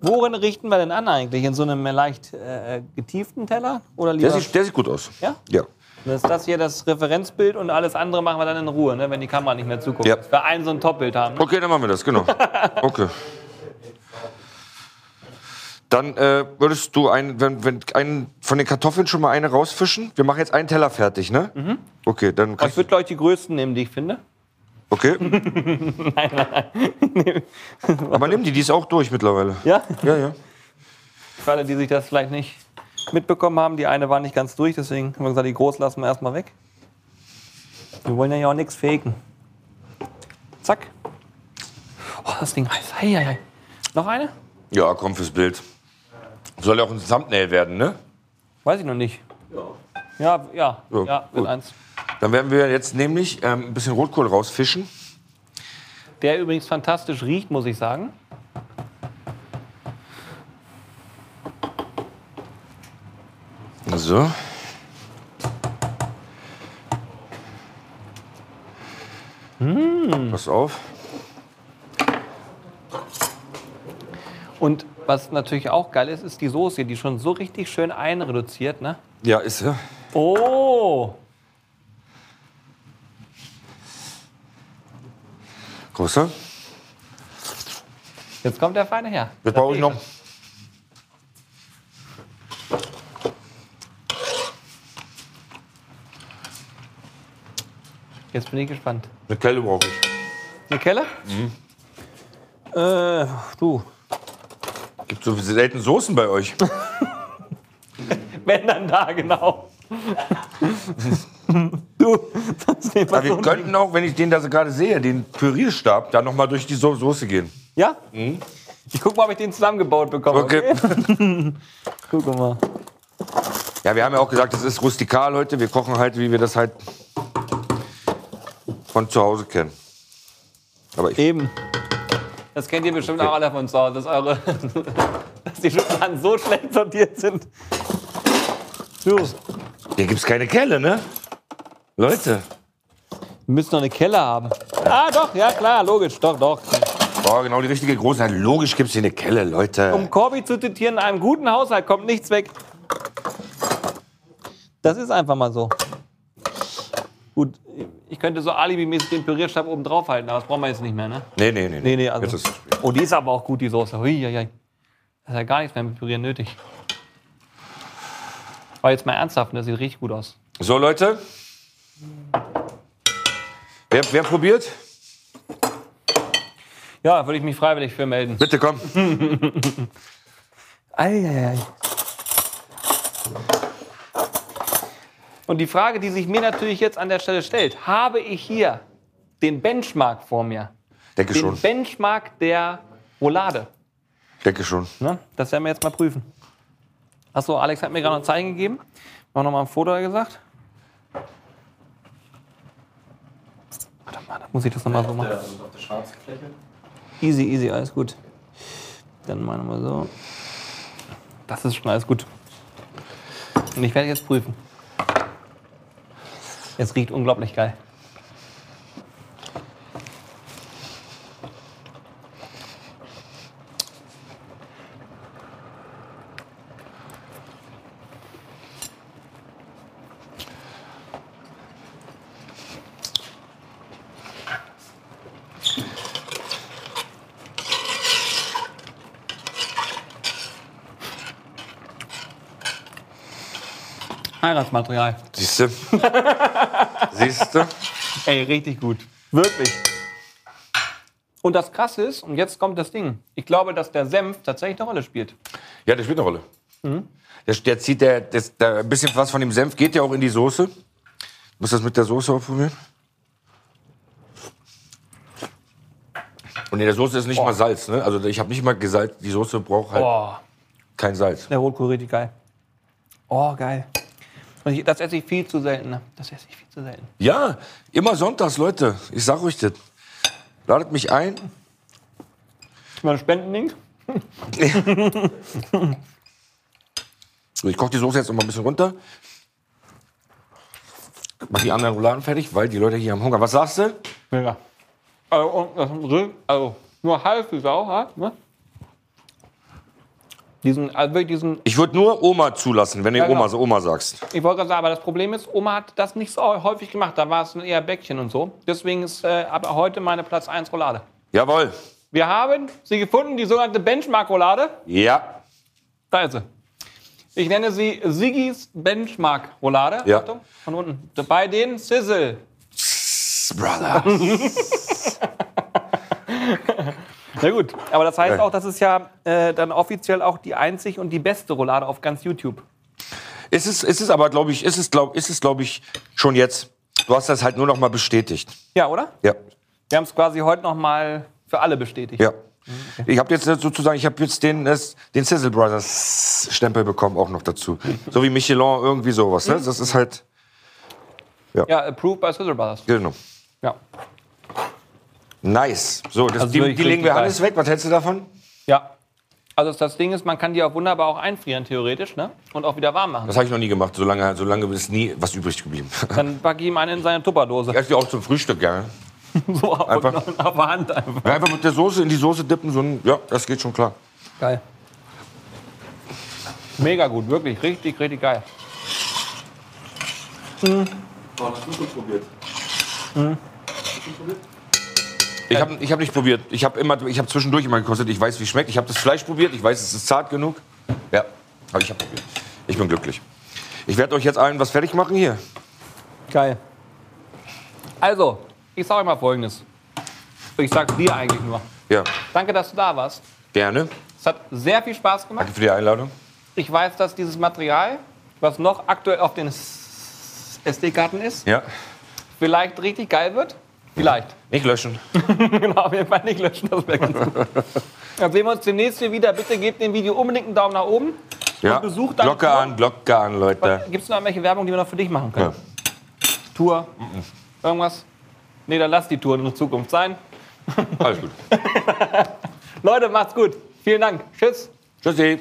Speaker 5: Worin richten wir denn an eigentlich? In so einem leicht äh, getieften Teller? Oder lieber?
Speaker 1: Der sieht, der sieht gut aus.
Speaker 5: Ja?
Speaker 1: Ja.
Speaker 5: Das ist das hier das Referenzbild und alles andere machen wir dann in Ruhe, ne, wenn die Kamera nicht mehr zuguckt.
Speaker 1: Ja.
Speaker 5: Dass wir ein so ein Topbild haben. ne?
Speaker 1: Okay, dann machen wir das, genau. Okay. Dann äh, würdest du einen, wenn, wenn einen von den Kartoffeln schon mal eine rausfischen? Wir machen jetzt einen Teller fertig, ne? Mhm. Okay, dann
Speaker 5: Aber Oh, Ich
Speaker 1: kannst du.
Speaker 5: würde, glaube ich, die größten nehmen, die ich finde.
Speaker 1: Okay. Aber nimm die, die ist auch durch mittlerweile.
Speaker 5: Ja?
Speaker 1: Ja, ja.
Speaker 5: Für alle, die sich das vielleicht nicht mitbekommen haben, die eine war nicht ganz durch, deswegen haben wir gesagt, die groß lassen wir erstmal weg. Wir wollen ja hier auch nichts faken. Zack. Oh, das Ding heiß. Hei, hei, hei. Noch eine?
Speaker 1: Ja, komm fürs Bild. Soll ja auch ein Thumbnail werden, ne?
Speaker 5: Weiß ich noch nicht. Ja, ja, ja,
Speaker 1: Ja,
Speaker 5: wird
Speaker 1: gut.
Speaker 5: eins.
Speaker 1: Dann werden wir jetzt nämlich ähm, ein bisschen Rotkohl rausfischen.
Speaker 5: Der übrigens fantastisch riecht, muss ich sagen.
Speaker 1: So. Pass auf.
Speaker 5: Und was natürlich auch geil ist, ist die Soße, hier, die schon so richtig schön einreduziert, ne?
Speaker 1: Ja, ist ja.
Speaker 5: Oh!
Speaker 1: Größer.
Speaker 5: Jetzt kommt der feine her.
Speaker 1: Jetzt brauche ich noch.
Speaker 5: Jetzt bin ich gespannt.
Speaker 1: Eine Kelle brauche ich.
Speaker 5: Eine Kelle?
Speaker 1: Mhm.
Speaker 5: Äh, du.
Speaker 1: Gibt so selten Soßen bei euch.
Speaker 5: Wenn dann da, genau. du, sonst nehmen wir
Speaker 1: Aber wir
Speaker 5: so
Speaker 1: könnten auch, wenn ich den da so gerade sehe, den Pürierstab, da nochmal durch die so Soße gehen.
Speaker 5: Ja? Ich guck mal, ob ich den zusammengebaut bekomme.
Speaker 1: Mhm. Okay.
Speaker 5: Guck mal.
Speaker 1: Ja, wir haben ja auch gesagt, das ist rustikal heute. Wir kochen halt, wie wir das halt von zu Hause kennen. Aber ich,
Speaker 5: Eben. Das kennt ihr bestimmt auch alle von zu Hause, dass, eure, dass die Schubladen so schlecht sortiert sind. Du,
Speaker 1: hier gibt's keine Kelle, ne? Leute,
Speaker 5: Wir müssen noch eine Kelle haben. Ah, doch, ja klar, logisch, doch, doch.
Speaker 1: Oh, genau die richtige Großheit. Logisch gibt's hier eine Kelle, Leute.
Speaker 5: Um Corby zu zitieren, in einem guten Haushalt kommt nichts weg. Das ist einfach mal so. Gut, ich könnte so alibimäßig den Pürierstab oben drauf halten, aber das brauchen wir jetzt nicht mehr, ne?
Speaker 1: nee, nee, nee.
Speaker 5: Nee, nee, also.
Speaker 1: Jetzt ist es
Speaker 5: oh, die ist aber auch gut, die Soße. Hui, ja, ja. Das ist ja gar nichts mehr mit Pürieren nötig. War jetzt mal ernsthaft, ne? das sieht richtig gut aus.
Speaker 1: So, Leute. Wer, wer probiert?
Speaker 5: Ja, würde ich mich freiwillig für melden.
Speaker 1: Bitte komm.
Speaker 5: Eieiei. Und die Frage, die sich mir natürlich jetzt an der Stelle stellt, habe ich hier den Benchmark vor mir?
Speaker 1: Denke
Speaker 5: Den
Speaker 1: schon.
Speaker 5: Benchmark der Roulade.
Speaker 1: Denke schon.
Speaker 5: Ne? Das werden wir jetzt mal prüfen. Achso, Alex hat mir gerade ein Zeichen gegeben. Noch noch mal ein Foto gesagt. Warte mal, da muss ich das noch mal so machen.
Speaker 4: Ja, also auf der schwarzen Fläche.
Speaker 5: Easy, easy, alles gut. Dann machen wir so. Das ist schon alles gut. Und ich werde jetzt prüfen. Es riecht unglaublich geil. Heiratsmaterial.
Speaker 1: Siehste? Siehste?
Speaker 5: Ey, richtig gut. Wirklich. Und das Krasse ist, und jetzt kommt das Ding, ich glaube, dass der Senf tatsächlich eine Rolle spielt.
Speaker 1: Ja, der spielt eine Rolle.
Speaker 5: Mhm.
Speaker 1: Der, der zieht der, das, der, ein bisschen was von dem Senf geht ja auch in die Soße. Du musst das mit der Soße auch probieren. Und in der Soße ist
Speaker 5: Oh.
Speaker 1: nicht mal Salz, ne? Also ich habe nicht mal gesalzt. Die Soße braucht halt
Speaker 5: Boah,
Speaker 1: kein Salz.
Speaker 5: der Rotkohl richtig geil. Oh, geil. Und ich, das esse ich viel zu selten. ne? Das esse ich viel zu selten.
Speaker 1: Ja, immer sonntags, Leute. Ich sag euch das. Ladet mich ein.
Speaker 5: Mal einen Spendenlink?
Speaker 1: So, ich koche die Soße jetzt noch mal ein bisschen runter. Mach die anderen Rouladen fertig, weil die Leute hier haben Hunger. Was sagst du?
Speaker 5: Mega. Also, und das Rind, also nur halb die Sau hat, ne? Diesen, also wirklich diesen,
Speaker 1: Ich würde nur Oma zulassen, wenn du
Speaker 5: Ja, genau.
Speaker 1: Oma so Oma sagst.
Speaker 5: ich wollte gerade sagen, aber das Problem ist, Oma hat das nicht so häufig gemacht. Da war es eher Bäckchen und so. Deswegen ist äh, aber heute meine Platz 1 Roulade.
Speaker 1: Jawohl.
Speaker 5: Wir haben sie gefunden, die sogenannte Benchmark-Roulade.
Speaker 1: Ja.
Speaker 5: Da ist sie. Ich nenne sie Sigis Benchmark-Roulade.
Speaker 1: Ja.
Speaker 5: Achtung, von unten. Bei den Sizzle.
Speaker 1: Brother.
Speaker 5: Na gut, aber das heißt
Speaker 1: Ja.
Speaker 5: auch, das ist ja äh, dann offiziell auch die einzig und die beste Roulade auf ganz YouTube.
Speaker 1: Ist es, ist es aber, glaube ich, ist es, glaub, ist es, glaube ich, schon jetzt. Du hast das halt nur noch mal bestätigt.
Speaker 5: Ja, oder?
Speaker 1: Ja.
Speaker 5: Wir haben es quasi heute nochmal für alle bestätigt.
Speaker 1: Ja. Ich habe jetzt äh, sozusagen, ich habe jetzt den, äh, den Sizzle Brothers Stempel bekommen auch noch dazu. So wie Michelin, irgendwie sowas. Ne? Das ist halt,
Speaker 5: Ja, approved by Sizzle Brothers.
Speaker 1: genau.
Speaker 5: Ja.
Speaker 1: Nice. So, das,
Speaker 5: Also
Speaker 1: die,
Speaker 5: wirklich
Speaker 1: die legen wir
Speaker 5: richtig
Speaker 1: alles weg. Was hältst du davon?
Speaker 5: Ja. Also das Ding ist, man kann die auch wunderbar auch einfrieren, theoretisch, ne? Und auch wieder warm machen.
Speaker 1: Das habe ich noch nie gemacht. Solange, solange ist nie was übrig geblieben.
Speaker 5: Dann packe ich ihm eine in seine Tupperdose.
Speaker 1: Ich esse die auch zum Frühstück, ja.
Speaker 5: So auf,
Speaker 1: Einfach-
Speaker 5: auf der Hand einfach.
Speaker 1: Ja, Einfach mit der Soße in die Soße dippen. So ein, ja, das geht schon klar.
Speaker 5: Geil. Mega gut, wirklich. Richtig, richtig geil.
Speaker 4: Boah, das ist gut probiert.
Speaker 1: Ich habe ich hab nicht probiert. Ich habe hab zwischendurch immer gekostet. Ich weiß, wie es schmeckt. Ich habe das Fleisch probiert. Ich weiß, es ist zart genug. Ja, aber ich habe probiert. Ich bin glücklich. Ich werde euch jetzt allen was fertig machen hier.
Speaker 5: Geil. Also, ich sage euch mal Folgendes. Ich sag dir eigentlich nur.
Speaker 1: Ja,
Speaker 5: Danke, dass du da warst.
Speaker 1: gerne.
Speaker 5: Es hat sehr viel Spaß gemacht.
Speaker 1: Danke für die Einladung.
Speaker 5: Ich weiß, dass dieses Material, was noch aktuell auf den SD-Karten ist,
Speaker 1: Ja.
Speaker 5: vielleicht richtig geil wird. Vielleicht.
Speaker 1: Nicht löschen.
Speaker 5: genau, auf jeden Fall nicht löschen, das wäre ganz gut. Dann sehen wir uns demnächst hier wieder. Bitte gebt dem Video unbedingt einen Daumen nach oben.
Speaker 1: Ja.
Speaker 5: besucht deine
Speaker 1: Glocke
Speaker 5: Tour.
Speaker 1: an, Glocke an, Leute.
Speaker 5: Gibt es noch irgendwelche Werbung, die wir noch für dich machen können?
Speaker 1: Ja.
Speaker 5: Tour? Irgendwas? Nee, dann lass die Tour in Zukunft sein.
Speaker 1: Alles gut.
Speaker 5: Leute, macht's gut. Vielen Dank. Tschüss.
Speaker 1: Tschüssi.